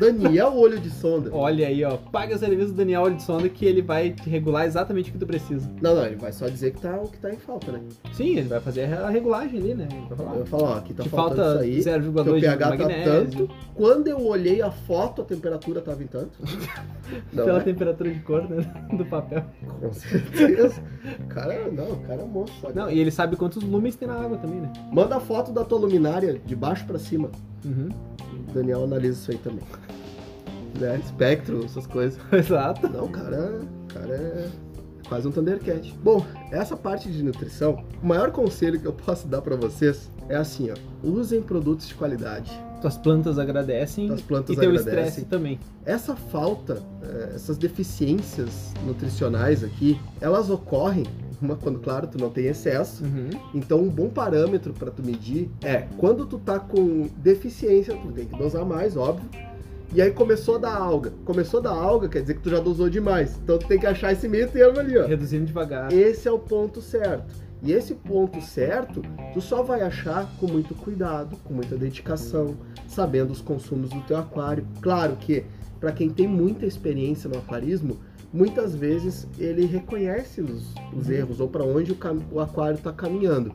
Speaker 2: Daniel Olho de Sonda.
Speaker 1: Olha aí, ó. Paga o serviço do Daniel Olho de Sonda que ele vai te regular exatamente o que tu precisa.
Speaker 2: Não, não, ele vai só dizer que tá o que tá em falta, né?
Speaker 1: Sim, ele vai fazer a regulagem ali, né? Ele vai falar.
Speaker 2: Eu falo, ó, aqui tá
Speaker 1: te
Speaker 2: faltando
Speaker 1: falta
Speaker 2: isso aí. teu
Speaker 1: 0,2 de
Speaker 2: pH tá
Speaker 1: magnésio.
Speaker 2: Quando eu olhei a foto, a temperatura tava em tanto. Não,
Speaker 1: pela
Speaker 2: né?
Speaker 1: temperatura de cor, né? Do papel.
Speaker 2: Com certeza. Cara, não, o cara é moço. Pode...
Speaker 1: Não, e ele sabe quantos lumens tem na água também, né?
Speaker 2: Manda a foto da tua luminária de baixo pra cima.
Speaker 1: Uhum.
Speaker 2: O Daniel analisa isso aí também. Né? Espectro, essas coisas.
Speaker 1: Exato.
Speaker 2: Não, o cara, o cara é quase um Thundercat. Bom, essa parte de nutrição, o maior conselho que eu posso dar pra vocês é assim, ó. Usem produtos de qualidade.
Speaker 1: Tuas plantas agradecem
Speaker 2: As plantas
Speaker 1: e teu
Speaker 2: agradecem.
Speaker 1: estresse também.
Speaker 2: Essa falta, eh, essas deficiências nutricionais aqui, elas ocorrem, uma quando, claro, tu não tem excesso,
Speaker 1: Uhum.
Speaker 2: Então, um bom parâmetro para tu medir é quando tu tá com deficiência, tu tem que dosar mais, óbvio. E aí começou a dar alga. Começou a dar alga, quer dizer que tu já dosou demais. Então, tu tem que achar esse meio termo ali, ó.
Speaker 1: Reduzindo devagar.
Speaker 2: Esse é o ponto certo. E esse ponto certo, tu só vai achar com muito cuidado, com muita dedicação, sabendo os consumos do teu aquário. Claro que, para quem tem muita experiência no aquarismo, muitas vezes ele reconhece os, os
Speaker 1: Uhum.
Speaker 2: erros ou para onde o, cam- o aquário está caminhando.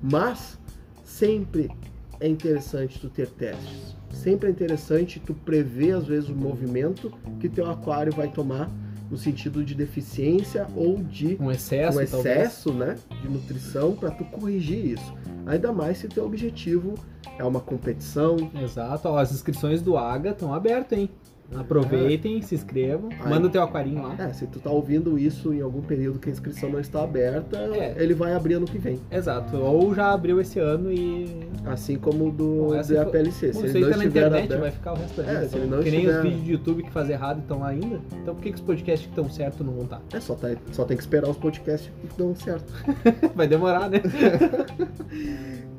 Speaker 2: Mas sempre é interessante tu ter testes. Sempre é interessante tu prever, às vezes, o movimento que teu aquário vai tomar no sentido de deficiência ou de
Speaker 1: Um excesso,
Speaker 2: um
Speaker 1: talvez.
Speaker 2: excesso né, de nutrição para tu corrigir isso. Ainda mais se teu objetivo é uma competição.
Speaker 1: Exato. Ó, as inscrições do AGA estão abertas, hein? Aproveitem, se inscrevam.
Speaker 2: Ah. Ai.
Speaker 1: Manda o teu aquarinho lá.
Speaker 2: É, se tu tá ouvindo isso em algum período que a inscrição não está aberta,
Speaker 1: É.
Speaker 2: ele vai abrir ano que vem.
Speaker 1: Exato. Ou já abriu esse ano e.
Speaker 2: Assim como o do,
Speaker 1: Bom,
Speaker 2: do
Speaker 1: essa foi-
Speaker 2: APLC.
Speaker 1: Bom,
Speaker 2: Se
Speaker 1: isso
Speaker 2: ele
Speaker 1: aí
Speaker 2: não
Speaker 1: tá na
Speaker 2: estiver
Speaker 1: internet,
Speaker 2: aberto.
Speaker 1: vai ficar o resto da
Speaker 2: É,
Speaker 1: vida.
Speaker 2: se ele
Speaker 1: então.
Speaker 2: não
Speaker 1: que nem
Speaker 2: estiver-
Speaker 1: os vídeos de YouTube que fazem errado estão lá ainda. Então por que, que os podcasts que estão certo não vão estar?
Speaker 2: É, só, tá- só tem que esperar os podcasts que dão certo.
Speaker 1: Vai demorar, né?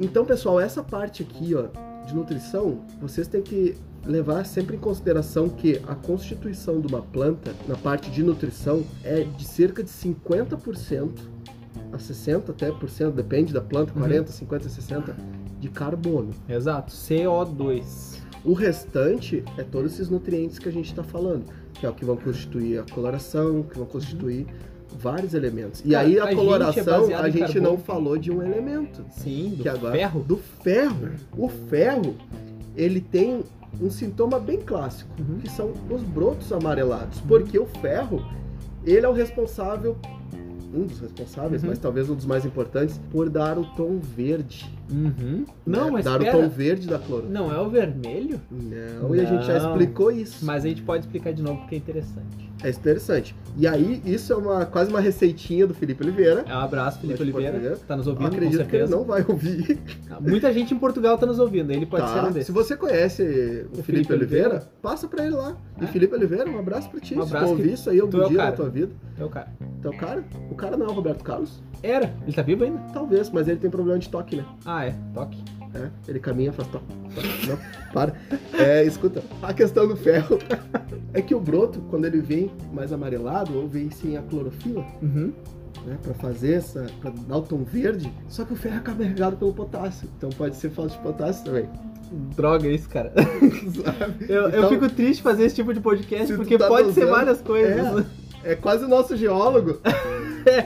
Speaker 2: Então, pessoal, essa parte aqui, ó, de nutrição, vocês têm que levar sempre em consideração que a constituição de uma planta, na parte de nutrição, é de cerca de 50% a 60% até por cento, depende da planta,
Speaker 1: Uhum.
Speaker 2: 40, 50, 60 de carbono.
Speaker 1: Exato. CO2.
Speaker 2: O restante é todos esses nutrientes que a gente está falando, que é o que vão constituir a coloração, que vão constituir vários elementos. E
Speaker 1: Uhum. Cara,
Speaker 2: aí
Speaker 1: a
Speaker 2: a
Speaker 1: gente é
Speaker 2: coloração,
Speaker 1: baseado
Speaker 2: a
Speaker 1: em
Speaker 2: gente
Speaker 1: carbono.
Speaker 2: não falou de um elemento
Speaker 1: Sim, do
Speaker 2: que agora
Speaker 1: ferro.
Speaker 2: do ferro. O ferro, ele tem um sintoma bem clássico,
Speaker 1: Uhum.
Speaker 2: que são os brotos amarelados, porque o ferro, ele é o responsável um dos responsáveis,
Speaker 1: Uhum.
Speaker 2: mas talvez um dos mais importantes, por dar o tom verde.
Speaker 1: Uhum. Não,
Speaker 2: né?
Speaker 1: mas
Speaker 2: dar
Speaker 1: pera.
Speaker 2: o tom verde da cloro.
Speaker 1: Não é o vermelho?
Speaker 2: Não, e a gente já
Speaker 1: Não.
Speaker 2: explicou isso.
Speaker 1: Mas a gente pode explicar de novo porque é interessante.
Speaker 2: É interessante. E aí, isso é uma quase uma receitinha do Felipe Oliveira.
Speaker 1: É um abraço, Felipe
Speaker 2: Pode
Speaker 1: Oliveira,
Speaker 2: poder.
Speaker 1: que tá nos
Speaker 2: Eu
Speaker 1: ouvindo, com
Speaker 2: acredito que ele
Speaker 1: certeza.
Speaker 2: não vai ouvir.
Speaker 1: Muita gente em Portugal tá nos ouvindo, ele pode
Speaker 2: Tá.
Speaker 1: ser um
Speaker 2: Se
Speaker 1: desses.
Speaker 2: você conhece o, Felipe,
Speaker 1: Felipe
Speaker 2: Oliveira,
Speaker 1: Oliveira,
Speaker 2: passa pra ele lá.
Speaker 1: É.
Speaker 2: E Felipe Oliveira, um abraço pra ti.
Speaker 1: Um abraço
Speaker 2: Se tu ouvir isso aí
Speaker 1: tu é
Speaker 2: algum
Speaker 1: o
Speaker 2: dia
Speaker 1: cara.
Speaker 2: na tua vida.
Speaker 1: É o cara.
Speaker 2: Então, cara, o cara não é o Roberto Carlos?
Speaker 1: Era, ele tá vivo ainda?
Speaker 2: Talvez, mas ele tem problema de toque, né?
Speaker 1: Ah, é, toque.
Speaker 2: É, ele caminha, faz toque. toque. Não, para. É, escuta, a questão do ferro é que o broto, quando ele vem mais amarelado, ou vem sem a clorofila,
Speaker 1: Uhum.
Speaker 2: né, pra fazer essa, pra dar o tom verde, só que o ferro é carregado pelo potássio. Então pode ser falta de potássio também.
Speaker 1: Droga é isso, cara.
Speaker 2: Sabe?
Speaker 1: Eu, eu
Speaker 2: Então-
Speaker 1: fico triste fazer esse tipo de podcast
Speaker 2: Se tu
Speaker 1: porque
Speaker 2: tá
Speaker 1: pode ser
Speaker 2: dosando,
Speaker 1: várias coisas.
Speaker 2: É quase o nosso geólogo.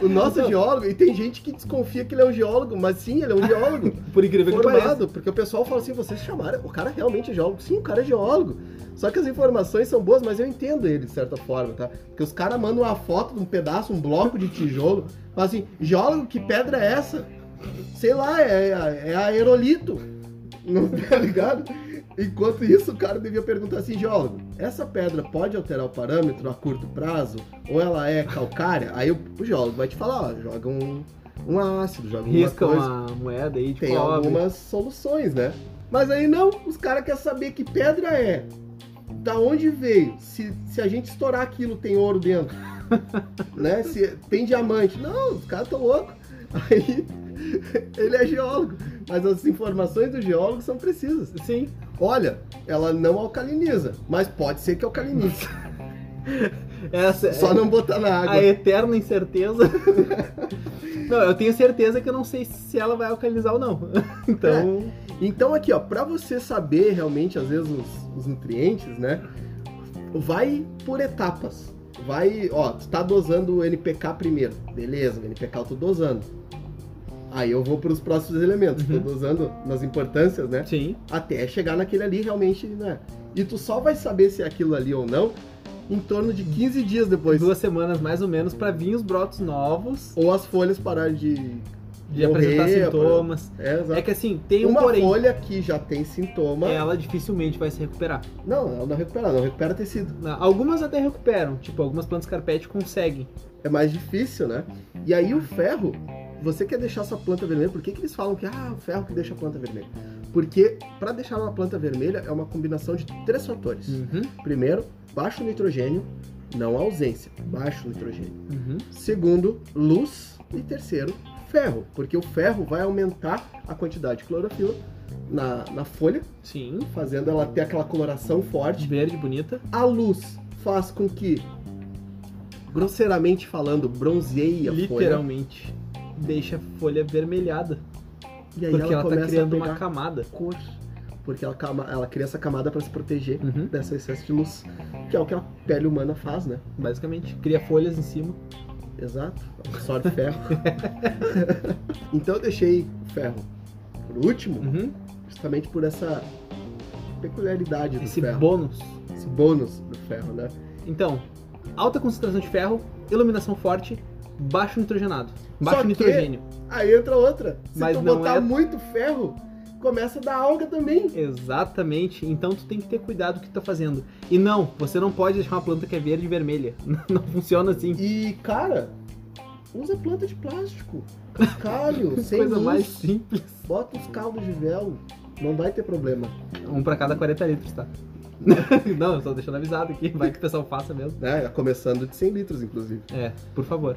Speaker 2: O nosso geólogo, e tem gente que desconfia que ele é um geólogo, mas sim, ele é um geólogo
Speaker 1: Por incrível que pareça.
Speaker 2: formado, porque o pessoal fala assim, vocês chamaram, o cara realmente é geólogo, sim, o cara é geólogo. Só que as informações são boas, mas eu entendo ele de certa forma, tá? Porque os caras mandam uma foto de um pedaço, um bloco de tijolo, falam assim, geólogo, que pedra é essa? Sei lá, é, é aerolito. Não tá ligado? Enquanto isso, o cara devia perguntar assim, geólogo, essa pedra pode alterar o parâmetro a curto prazo? Ou ela é calcária? Aí o, o geólogo vai te falar, ó, joga um, um ácido, joga uma
Speaker 1: Risca
Speaker 2: coisa
Speaker 1: uma moeda aí tipo, de
Speaker 2: tem
Speaker 1: cobre.
Speaker 2: algumas soluções, né? Mas aí não, os caras querem saber que pedra é, da onde veio, se, se a gente estourar aquilo tem ouro dentro, né? Se tem diamante. Não, os caras estão loucos. Aí ele é geólogo, mas as informações do geólogo são precisas.
Speaker 1: Sim.
Speaker 2: Olha, ela não alcaliniza, mas pode ser que alcalinize.
Speaker 1: Essa é
Speaker 2: Só não botar na água.
Speaker 1: a eterna incerteza. não, eu tenho certeza que eu não sei se ela vai alcalizar ou não. Então,
Speaker 2: Então aqui, ó, pra você saber realmente, às vezes, os, os nutrientes, né? Vai por etapas. Vai, ó, tu tá dosando o NPK primeiro. Beleza, o NPK eu tô dosando. Aí eu vou pros próximos elementos.
Speaker 1: Uhum.
Speaker 2: Tô dosando nas importâncias, né?
Speaker 1: sim.
Speaker 2: Até chegar naquele ali realmente, né? E tu só vai saber se é aquilo ali ou não em torno de 15 dias depois.
Speaker 1: Duas semanas mais ou menos pra vir os brotos novos
Speaker 2: Ou as folhas pararem de.
Speaker 1: de
Speaker 2: Morrer,
Speaker 1: apresentar sintomas.
Speaker 2: É, exato.
Speaker 1: É que assim, tem um
Speaker 2: uma
Speaker 1: porém. É.
Speaker 2: folha que já tem sintoma.
Speaker 1: Ela dificilmente vai se recuperar.
Speaker 2: Não, ela não recupera, não recupera tecido.
Speaker 1: Na- Algumas até recuperam, tipo, algumas plantas carpete conseguem.
Speaker 2: é mais difícil, né? E aí o ferro, você quer deixar sua planta vermelha, por que, que eles falam que ah, o ferro que deixa a planta vermelha? Porque para deixar uma planta vermelha é uma combinação de três fatores.
Speaker 1: Uhum,
Speaker 2: Primeiro, baixo nitrogênio, não ausência, baixo nitrogênio.
Speaker 1: uhum.
Speaker 2: Segundo, luz e terceiro, ferro, porque o ferro vai aumentar a quantidade de clorofila na, na folha,
Speaker 1: Sim.
Speaker 2: fazendo ela ter aquela coloração forte.
Speaker 1: Verde, bonita.
Speaker 2: A luz faz com que, grosseiramente falando, bronzeie a folha.
Speaker 1: literalmente deixa a folha vermelhada
Speaker 2: E aí
Speaker 1: Porque ela, tá
Speaker 2: começa
Speaker 1: criando
Speaker 2: a pegar
Speaker 1: uma camada.
Speaker 2: cor. Porque ela, cama- ela cria essa camada para se proteger
Speaker 1: Uhum,
Speaker 2: dessa excesso de luz, que é o que a pele humana faz, né?
Speaker 1: basicamente. Cria folhas em cima.
Speaker 2: Exato. Absorve ferro. então eu deixei o ferro por último,
Speaker 1: Uhum.
Speaker 2: justamente por essa peculiaridade do
Speaker 1: Esse
Speaker 2: ferro.
Speaker 1: bônus.
Speaker 2: Esse bônus do ferro, né?
Speaker 1: Então, alta concentração de ferro, iluminação forte, baixo nitrogenado. Baixo
Speaker 2: que-
Speaker 1: nitrogênio.
Speaker 2: Aí entra outra. Se
Speaker 1: Mas
Speaker 2: tu
Speaker 1: não
Speaker 2: botar
Speaker 1: é-
Speaker 2: muito ferro, começa a dar alga também.
Speaker 1: Exatamente. Então tu tem que ter cuidado do que tu tá fazendo. E não, você não pode deixar uma planta que é verde e vermelha. Não funciona assim.
Speaker 2: E, cara, usa planta de plástico. Calho, sem
Speaker 1: Coisa
Speaker 2: luz.
Speaker 1: mais simples.
Speaker 2: Bota os caldos de véu, não vai ter problema,
Speaker 1: Um pra cada 40 litros, tá? não, eu tô deixando avisado aqui. Vai que o pessoal faça mesmo.
Speaker 2: né? Começando de 100 litros, inclusive.
Speaker 1: É, por favor.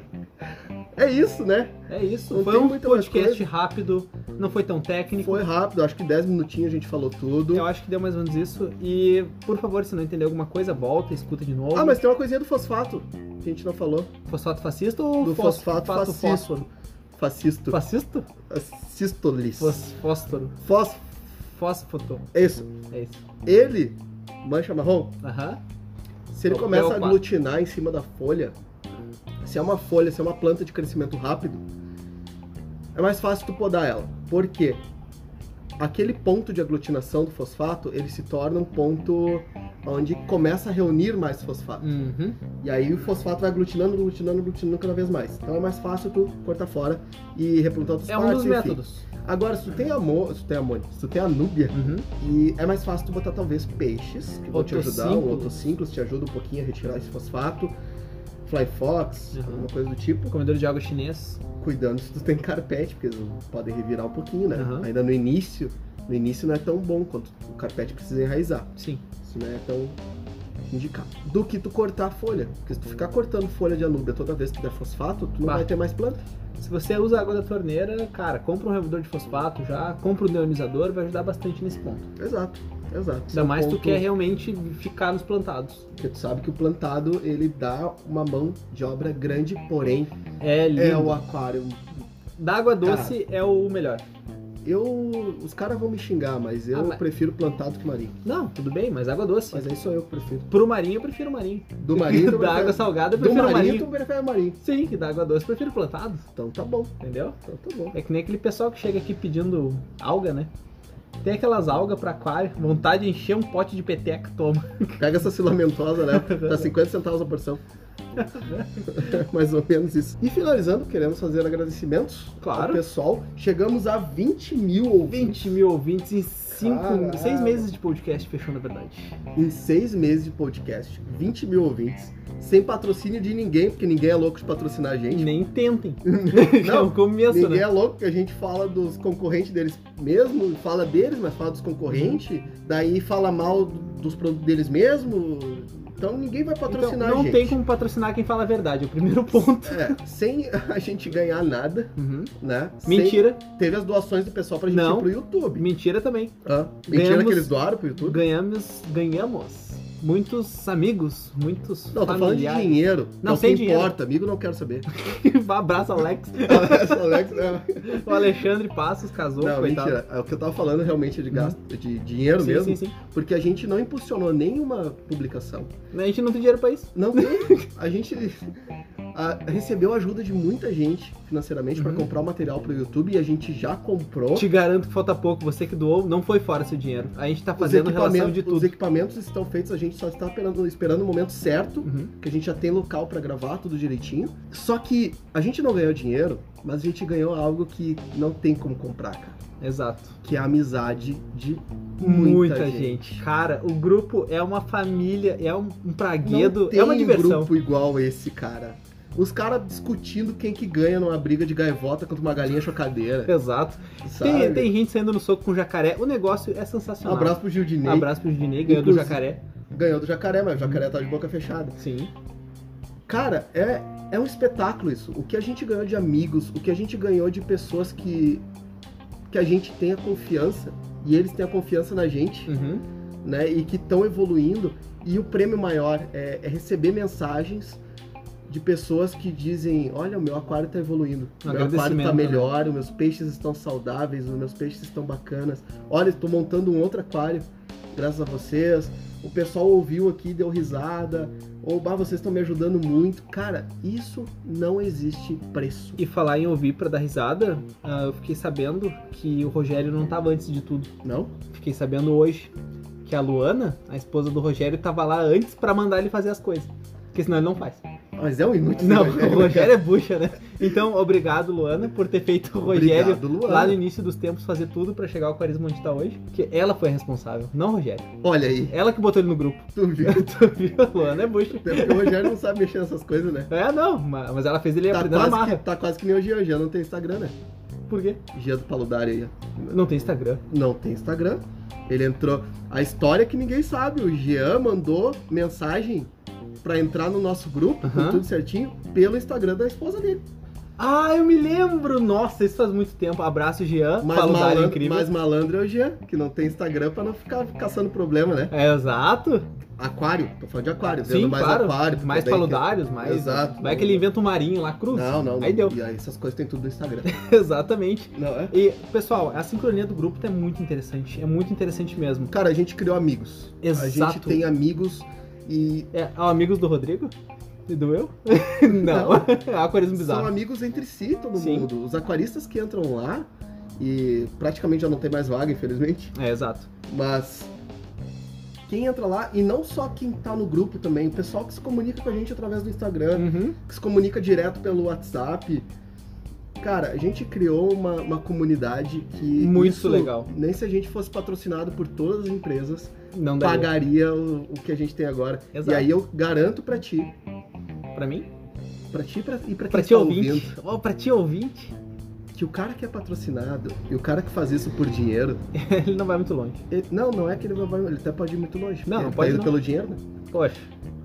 Speaker 2: É isso, né?
Speaker 1: É isso.
Speaker 2: Não
Speaker 1: foi
Speaker 2: tem
Speaker 1: um
Speaker 2: muita mais
Speaker 1: podcast
Speaker 2: coisa.
Speaker 1: rápido, não foi tão técnico.
Speaker 2: Foi rápido, acho que 10 minutinhos a gente falou tudo.
Speaker 1: Eu acho que deu mais ou menos isso. E, por favor, se não entender alguma coisa, volta, escuta de novo.
Speaker 2: Ah, mas tem uma coisinha do fosfato que a gente não falou.
Speaker 1: Fosfato fascista ou
Speaker 2: Do
Speaker 1: fos-
Speaker 2: fosfato
Speaker 1: fato
Speaker 2: fascisto. Fascisto.
Speaker 1: Fascisto?
Speaker 2: Fascistolis.
Speaker 1: Fos- Fósforo.
Speaker 2: Fos...
Speaker 1: Fósfoto.
Speaker 2: É isso.
Speaker 1: É isso.
Speaker 2: Ele, mancha marrom,
Speaker 1: Aham.
Speaker 2: se ele
Speaker 1: Papel
Speaker 2: começa a
Speaker 1: quatro.
Speaker 2: aglutinar em cima da folha, se é uma folha, se é uma planta de crescimento rápido, é mais fácil tu podar ela. Por quê? Aquele ponto de aglutinação do fosfato, ele se torna um ponto onde começa a reunir mais fosfato.
Speaker 1: Uhum.
Speaker 2: E aí o fosfato vai aglutinando, aglutinando, aglutinando cada vez mais. Então é mais fácil tu cortar fora e replantar outras
Speaker 1: É
Speaker 2: partes.
Speaker 1: um dos
Speaker 2: enfim.
Speaker 1: métodos.
Speaker 2: Agora, se tu tem amor, se tu tem amônia, se tu tem anúbia,
Speaker 1: Uhum.
Speaker 2: e é mais fácil tu botar talvez peixes, que vão te ajudar,
Speaker 1: Otocínculos.
Speaker 2: um otocínculos te ajuda um pouquinho a retirar esse fosfato, fly fox,
Speaker 1: Uhum.
Speaker 2: alguma coisa do tipo,
Speaker 1: Comedor de água chinês.
Speaker 2: cuidando se tu tem carpete, porque eles podem revirar um pouquinho, né?
Speaker 1: Uhum.
Speaker 2: Ainda no início, no início não é tão bom quanto o carpete precisa enraizar,
Speaker 1: Sim.
Speaker 2: isso não é tão indicado. Do que tu cortar a folha, porque se tu ficar cortando folha de anúbia toda vez que tu der fosfato, tu não
Speaker 1: Bah.
Speaker 2: vai ter mais planta.
Speaker 1: Se você usa água da torneira, cara, compra um removedor de fosfato já, compra um neonizador, vai ajudar bastante nesse ponto.
Speaker 2: Exato, exato. Esse é
Speaker 1: Ainda
Speaker 2: um
Speaker 1: mais se tu
Speaker 2: ponto-
Speaker 1: quer realmente ficar nos plantados.
Speaker 2: Porque tu sabe que o plantado, ele dá uma mão de obra grande, porém
Speaker 1: É lindo.
Speaker 2: É o aquário.
Speaker 1: Da água doce é o melhor.
Speaker 2: Eu. Os caras vão me xingar, mas eu
Speaker 1: Ah, mas-
Speaker 2: prefiro plantado que marinho.
Speaker 1: Não, tudo bem, mas água doce.
Speaker 2: Mas aí sou eu que prefiro.
Speaker 1: Pro marinho eu prefiro marinho.
Speaker 2: Do marinho. tu
Speaker 1: da água
Speaker 2: prefere...
Speaker 1: salgada eu
Speaker 2: Do
Speaker 1: prefiro
Speaker 2: marinho,
Speaker 1: marinho.
Speaker 2: tu prefere marinho.
Speaker 1: Sim, que da água doce eu prefiro plantado,
Speaker 2: Então tá bom.
Speaker 1: entendeu?
Speaker 2: Então tá bom.
Speaker 1: É que nem aquele pessoal que chega aqui pedindo alga, né? Tem aquelas algas pra aquário, vontade de encher um pote de peteca, toma.
Speaker 2: Pega essa silamentosa, né? Tá 50 centavos a porção. Mais ou menos isso. E finalizando, queremos fazer agradecimentos
Speaker 1: Claro.
Speaker 2: ao pessoal. Chegamos a 20 mil ouvintes
Speaker 1: 20 mil ouvintes em 5,
Speaker 2: Caralho.
Speaker 1: 6 meses de podcast, fechou na verdade.
Speaker 2: em seis meses de podcast. 20 mil ouvintes. Sem patrocínio de ninguém, porque ninguém é louco de patrocinar a gente.
Speaker 1: Nem tentem. Já é um começo,
Speaker 2: Ninguém
Speaker 1: né?
Speaker 2: é louco que a gente fala dos concorrentes deles mesmo, fala deles, mas fala dos concorrentes,
Speaker 1: Uhum.
Speaker 2: daí fala mal dos produtos deles mesmo. Então ninguém vai
Speaker 1: Então,
Speaker 2: patrocinar
Speaker 1: não
Speaker 2: a gente.
Speaker 1: tem como patrocinar quem fala a verdade, é o primeiro ponto.
Speaker 2: É, sem a gente ganhar nada,
Speaker 1: Uhum.
Speaker 2: né? Sem-
Speaker 1: Mentira,
Speaker 2: Teve as doações do pessoal pra gente
Speaker 1: Não.
Speaker 2: ir pro YouTube.
Speaker 1: mentira também.
Speaker 2: Hã? Mentira
Speaker 1: Ganhamos-
Speaker 2: que eles doaram pro YouTube?
Speaker 1: Ganhamos, ganhamos muitos amigos, muitos
Speaker 2: Não, tô falando de
Speaker 1: familiares.
Speaker 2: dinheiro.
Speaker 1: Não,
Speaker 2: é o que
Speaker 1: sem dinheiro.
Speaker 2: importa, amigo não quero saber.
Speaker 1: Abraço, Alex.
Speaker 2: Alex, não.
Speaker 1: O Alexandre Passos casou,
Speaker 2: Não,
Speaker 1: coitado. Uhum.
Speaker 2: mentira. O que eu tava falando realmente é de gasto, de dinheiro
Speaker 1: sim,
Speaker 2: mesmo,
Speaker 1: sim, sim.
Speaker 2: porque a gente não impulsionou nenhuma publicação.
Speaker 1: A gente não tem dinheiro pra isso.
Speaker 2: Não tem. a gente a- recebeu ajuda de muita gente financeiramente pra
Speaker 1: Uhum.
Speaker 2: comprar o material pro YouTube e a gente já comprou.
Speaker 1: Te garanto que falta pouco. Você que doou, não foi fora seu dinheiro. A gente tá
Speaker 2: Os
Speaker 1: fazendo relação
Speaker 2: equipamentos,
Speaker 1: de
Speaker 2: os
Speaker 1: tudo.
Speaker 2: equipamentos estão feitos, a gente só está esperando, esperando o momento certo,
Speaker 1: Uhum.
Speaker 2: que a gente já tem local pra gravar, tudo direitinho. Só que a gente não ganhou dinheiro, mas a gente ganhou algo que não tem como comprar, cara.
Speaker 1: Exato.
Speaker 2: Que é a amizade de muita,
Speaker 1: Muita, gente. Cara, o grupo é uma família, é um, um
Speaker 2: Não
Speaker 1: praguedo,
Speaker 2: tem
Speaker 1: é uma diversão.
Speaker 2: grupo igual esse, cara. Os caras discutindo quem que ganha numa briga de gaivota contra uma galinha chocadeira.
Speaker 1: Exato.
Speaker 2: sabe?
Speaker 1: Tem, tem gente saindo no soco com jacaré. O negócio é
Speaker 2: Um
Speaker 1: sensacional.
Speaker 2: abraço pro Gildinei.
Speaker 1: Um Abraço pro Dinei, ganhou do
Speaker 2: Inclusive.
Speaker 1: jacaré.
Speaker 2: Ganhou do jacaré, mas o jacaré tá de boca fechada.
Speaker 1: Sim.
Speaker 2: Cara, é, é um espetáculo isso. O que a gente ganhou de amigos, o que a gente ganhou de pessoas que, que a gente tenha confiança e eles tenham confiança na gente,
Speaker 1: Uhum.
Speaker 2: né? E que estão evoluindo. E o prêmio maior é, é receber mensagens de pessoas que dizem: Olha, o meu aquário está evoluindo, o
Speaker 1: Um
Speaker 2: meu aquário está
Speaker 1: agradecimento,
Speaker 2: melhor, os meus peixes estão saudáveis, os meus peixes estão bacanas. Olha, estou montando um outro aquário, graças a vocês. O pessoal ouviu aqui, deu risada. Ou, bah, vocês estão me ajudando muito. Cara, isso não existe preço.
Speaker 1: E falar em ouvir pra dar risada, ah, eu fiquei sabendo que o Rogério não tava antes de tudo.
Speaker 2: Não?
Speaker 1: Fiquei sabendo hoje que a Luana, a esposa do Rogério, tava lá antes pra mandar ele fazer as coisas. Porque senão ele não faz.
Speaker 2: Mas é um inútil.
Speaker 1: Não,
Speaker 2: né?
Speaker 1: o Rogério é bucha, né? Então, obrigado, Luana, por ter feito o Rogério
Speaker 2: Obrigado, Luana.
Speaker 1: lá no início dos tempos fazer tudo pra chegar ao aquarismo onde tá hoje. Porque ela foi a responsável, não o Rogério.
Speaker 2: Olha aí,
Speaker 1: Ela que botou ele no grupo.
Speaker 2: tu viu?
Speaker 1: tu viu? A Luana é bucha.
Speaker 2: Até porque o Rogério não sabe mexer nessas coisas, né?
Speaker 1: É, não, ma- mas ela fez ele
Speaker 2: Tá
Speaker 1: aprender na
Speaker 2: quase,
Speaker 1: marra.
Speaker 2: que, tá quase que nem o Jean. Jean não tem Instagram, né?
Speaker 1: Por quê?
Speaker 2: Jean do Paludari aí. ó.
Speaker 1: Não tem Instagram.
Speaker 2: Não tem Instagram. Ele entrou. A história é que ninguém sabe. O Jean mandou mensagem pra entrar no nosso grupo, com
Speaker 1: Aham.
Speaker 2: tudo certinho, pelo Instagram da esposa dele.
Speaker 1: Ah, eu me lembro! Nossa, isso faz muito tempo. Abraço, Jean.
Speaker 2: Mas
Speaker 1: Falo da área
Speaker 2: malandro,
Speaker 1: Ah, é incrível.
Speaker 2: mas malandro é o Jean, que não tem Instagram pra não ficar caçando problema, né?
Speaker 1: É, exato.
Speaker 2: Aquário, tô falando de aquário,
Speaker 1: Sim,
Speaker 2: vendo mais
Speaker 1: claro.
Speaker 2: aquário.
Speaker 1: Mais
Speaker 2: também,
Speaker 1: paludários, mais.
Speaker 2: Exato.
Speaker 1: Vai que ele inventa um marinho lá,
Speaker 2: que-
Speaker 1: cruz.
Speaker 2: Não, não.
Speaker 1: Aí deu.
Speaker 2: E aí essas coisas tem tudo no Instagram.
Speaker 1: Exatamente.
Speaker 2: não é?
Speaker 1: E, pessoal, a sincronia do grupo é muito interessante. É muito interessante mesmo.
Speaker 2: Cara, a gente criou amigos. A gente
Speaker 1: Exato.
Speaker 2: tem amigos e
Speaker 1: É, ah, amigos do Rodrigo? E do eu? Não. É aquarismo
Speaker 2: São
Speaker 1: bizarro.
Speaker 2: amigos entre si, todo
Speaker 1: Sim.
Speaker 2: mundo. Os aquaristas que entram lá, e praticamente já não tem mais vaga, infelizmente,
Speaker 1: É, exato.
Speaker 2: mas quem entra lá, e não só quem tá no grupo também, o pessoal que se comunica com a gente através do Instagram,
Speaker 1: Uhum.
Speaker 2: que se comunica direto pelo WhatsApp. Cara, a gente criou uma, uma comunidade que.
Speaker 1: Muito legal.
Speaker 2: Nem se a gente fosse patrocinado por todas as empresas,
Speaker 1: Não dá.
Speaker 2: pagaria o, o que a gente tem agora.
Speaker 1: Exato.
Speaker 2: E aí eu garanto pra ti,
Speaker 1: Pra mim?
Speaker 2: pra ti pra, e pra quem
Speaker 1: Pra
Speaker 2: tá
Speaker 1: ti
Speaker 2: ouvindo,
Speaker 1: ouvinte. Ó, pra ti ouvinte,
Speaker 2: que o cara que é patrocinado e o cara que faz isso por dinheiro,
Speaker 1: ele não vai muito longe.
Speaker 2: ele- não, não é que ele vai, ele até pode ir muito longe.
Speaker 1: Não,
Speaker 2: ele
Speaker 1: pode
Speaker 2: tá indo
Speaker 1: não.
Speaker 2: pelo dinheiro, né?
Speaker 1: Poxa.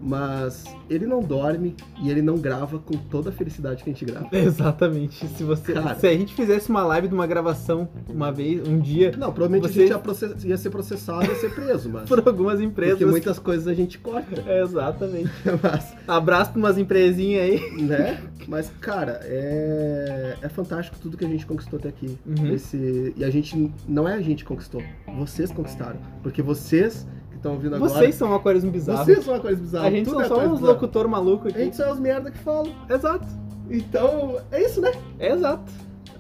Speaker 2: Mas ele não dorme e ele não grava com toda a felicidade que a gente grava.
Speaker 1: Exatamente. Se você.
Speaker 2: Cara.
Speaker 1: Se a gente fizesse uma live de uma gravação uma vez, um dia,
Speaker 2: Não, provavelmente
Speaker 1: Você-
Speaker 2: a gente ia, process- ia ser processado, ia ser preso, mas
Speaker 1: por algumas empresas.
Speaker 2: porque muitas coisas a gente corta. né?
Speaker 1: É, exatamente.
Speaker 2: Mas,
Speaker 1: Abraço pra umas empresinhas aí.
Speaker 2: né? Mas cara, é é fantástico tudo que a gente conquistou até aqui.
Speaker 1: Uhum.
Speaker 2: Esse e a gente não é a gente que conquistou, vocês conquistaram, porque vocês que estão ouvindo agora
Speaker 1: Vocês são um aquarismo bizarro.
Speaker 2: Vocês são uma coisa bizarra.
Speaker 1: A gente
Speaker 2: tudo
Speaker 1: são
Speaker 2: é
Speaker 1: só
Speaker 2: coisa
Speaker 1: uns
Speaker 2: bizarra.
Speaker 1: locutor maluco
Speaker 2: A
Speaker 1: aqui.
Speaker 2: gente só é os merda que falam.
Speaker 1: Exato.
Speaker 2: Então, é isso, né?
Speaker 1: É exato.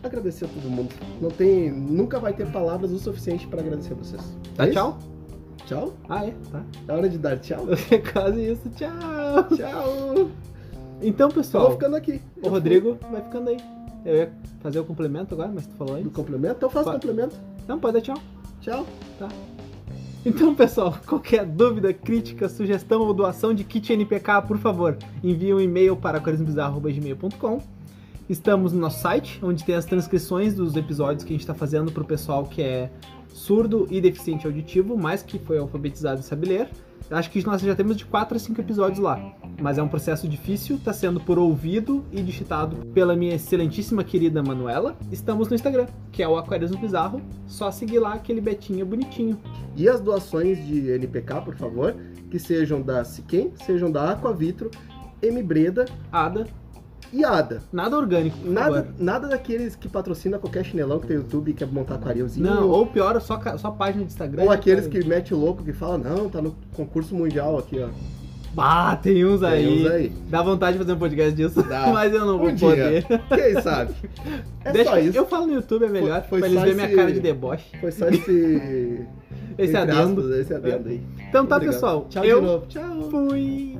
Speaker 2: Agradecer a todo mundo. Não tem, nunca vai ter palavras o suficiente pra agradecer a vocês.
Speaker 1: Tá,
Speaker 2: É isso?
Speaker 1: tchau?
Speaker 2: Tchau.
Speaker 1: Ah, é. Tá.
Speaker 2: É hora de dar tchau.
Speaker 1: É quase isso. Tchau.
Speaker 2: tchau.
Speaker 1: Então,
Speaker 2: Eu vou
Speaker 1: pessoal,
Speaker 2: ficando aqui.
Speaker 1: o Rodrigo vai ficando aí. Eu ia fazer o complemento agora, mas tu falou
Speaker 2: Do
Speaker 1: antes.
Speaker 2: complemento? Então faz o
Speaker 1: Vai.
Speaker 2: complemento.
Speaker 1: Não, pode dar tchau.
Speaker 2: Tchau.
Speaker 1: Então, pessoal, qualquer dúvida, crítica, sugestão ou doação de kit NPK, por favor, envie um e-mail para aquarismobizarro.gmail.com. Estamos no nosso site, onde tem as transcrições dos episódios que a gente está fazendo para o pessoal que é surdo e deficiente auditivo, mas que foi alfabetizado e sabe ler. Acho que nós já temos de 4 a 5 episódios lá, mas é um processo difícil, está sendo por ouvido e digitado pela minha excelentíssima querida Manuela. Estamos no Instagram, que é o Aquarismo Bizarro, só seguir lá aquele betinho bonitinho.
Speaker 2: E as doações de NPK, por favor, que sejam da Siquem, sejam da Aquavitro, M Breda
Speaker 1: Ada,
Speaker 2: e Ada.
Speaker 1: nada orgânico. por
Speaker 2: Nada,
Speaker 1: favor.
Speaker 2: nada daqueles que patrocina qualquer chinelão que tem YouTube e quer montar aquariozinho.
Speaker 1: Não, ou pior, só, ca- só página de Instagram. né?
Speaker 2: Ou aqueles
Speaker 1: cara.
Speaker 2: que mete o louco que fala, não, tá no concurso mundial aqui, ó.
Speaker 1: Bah, Ah, tem uns aí.
Speaker 2: Tem uns aí.
Speaker 1: Dá vontade de fazer um podcast disso,
Speaker 2: Dá.
Speaker 1: mas eu não vou
Speaker 2: Um dia.
Speaker 1: poder.
Speaker 2: Quem sabe? É
Speaker 1: Deixa,
Speaker 2: só isso.
Speaker 1: Eu falo no YouTube, é melhor,
Speaker 2: Foi- foi
Speaker 1: pra eles
Speaker 2: só
Speaker 1: verem minha
Speaker 2: esse-
Speaker 1: cara de deboche.
Speaker 2: Foi só esse.
Speaker 1: Esse
Speaker 2: entre
Speaker 1: adendo.
Speaker 2: aspas, esse adendo aí.
Speaker 1: Então tá,
Speaker 2: Obrigado.
Speaker 1: pessoal.
Speaker 2: Tchau
Speaker 1: eu
Speaker 2: de novo. Tchau.
Speaker 1: fui.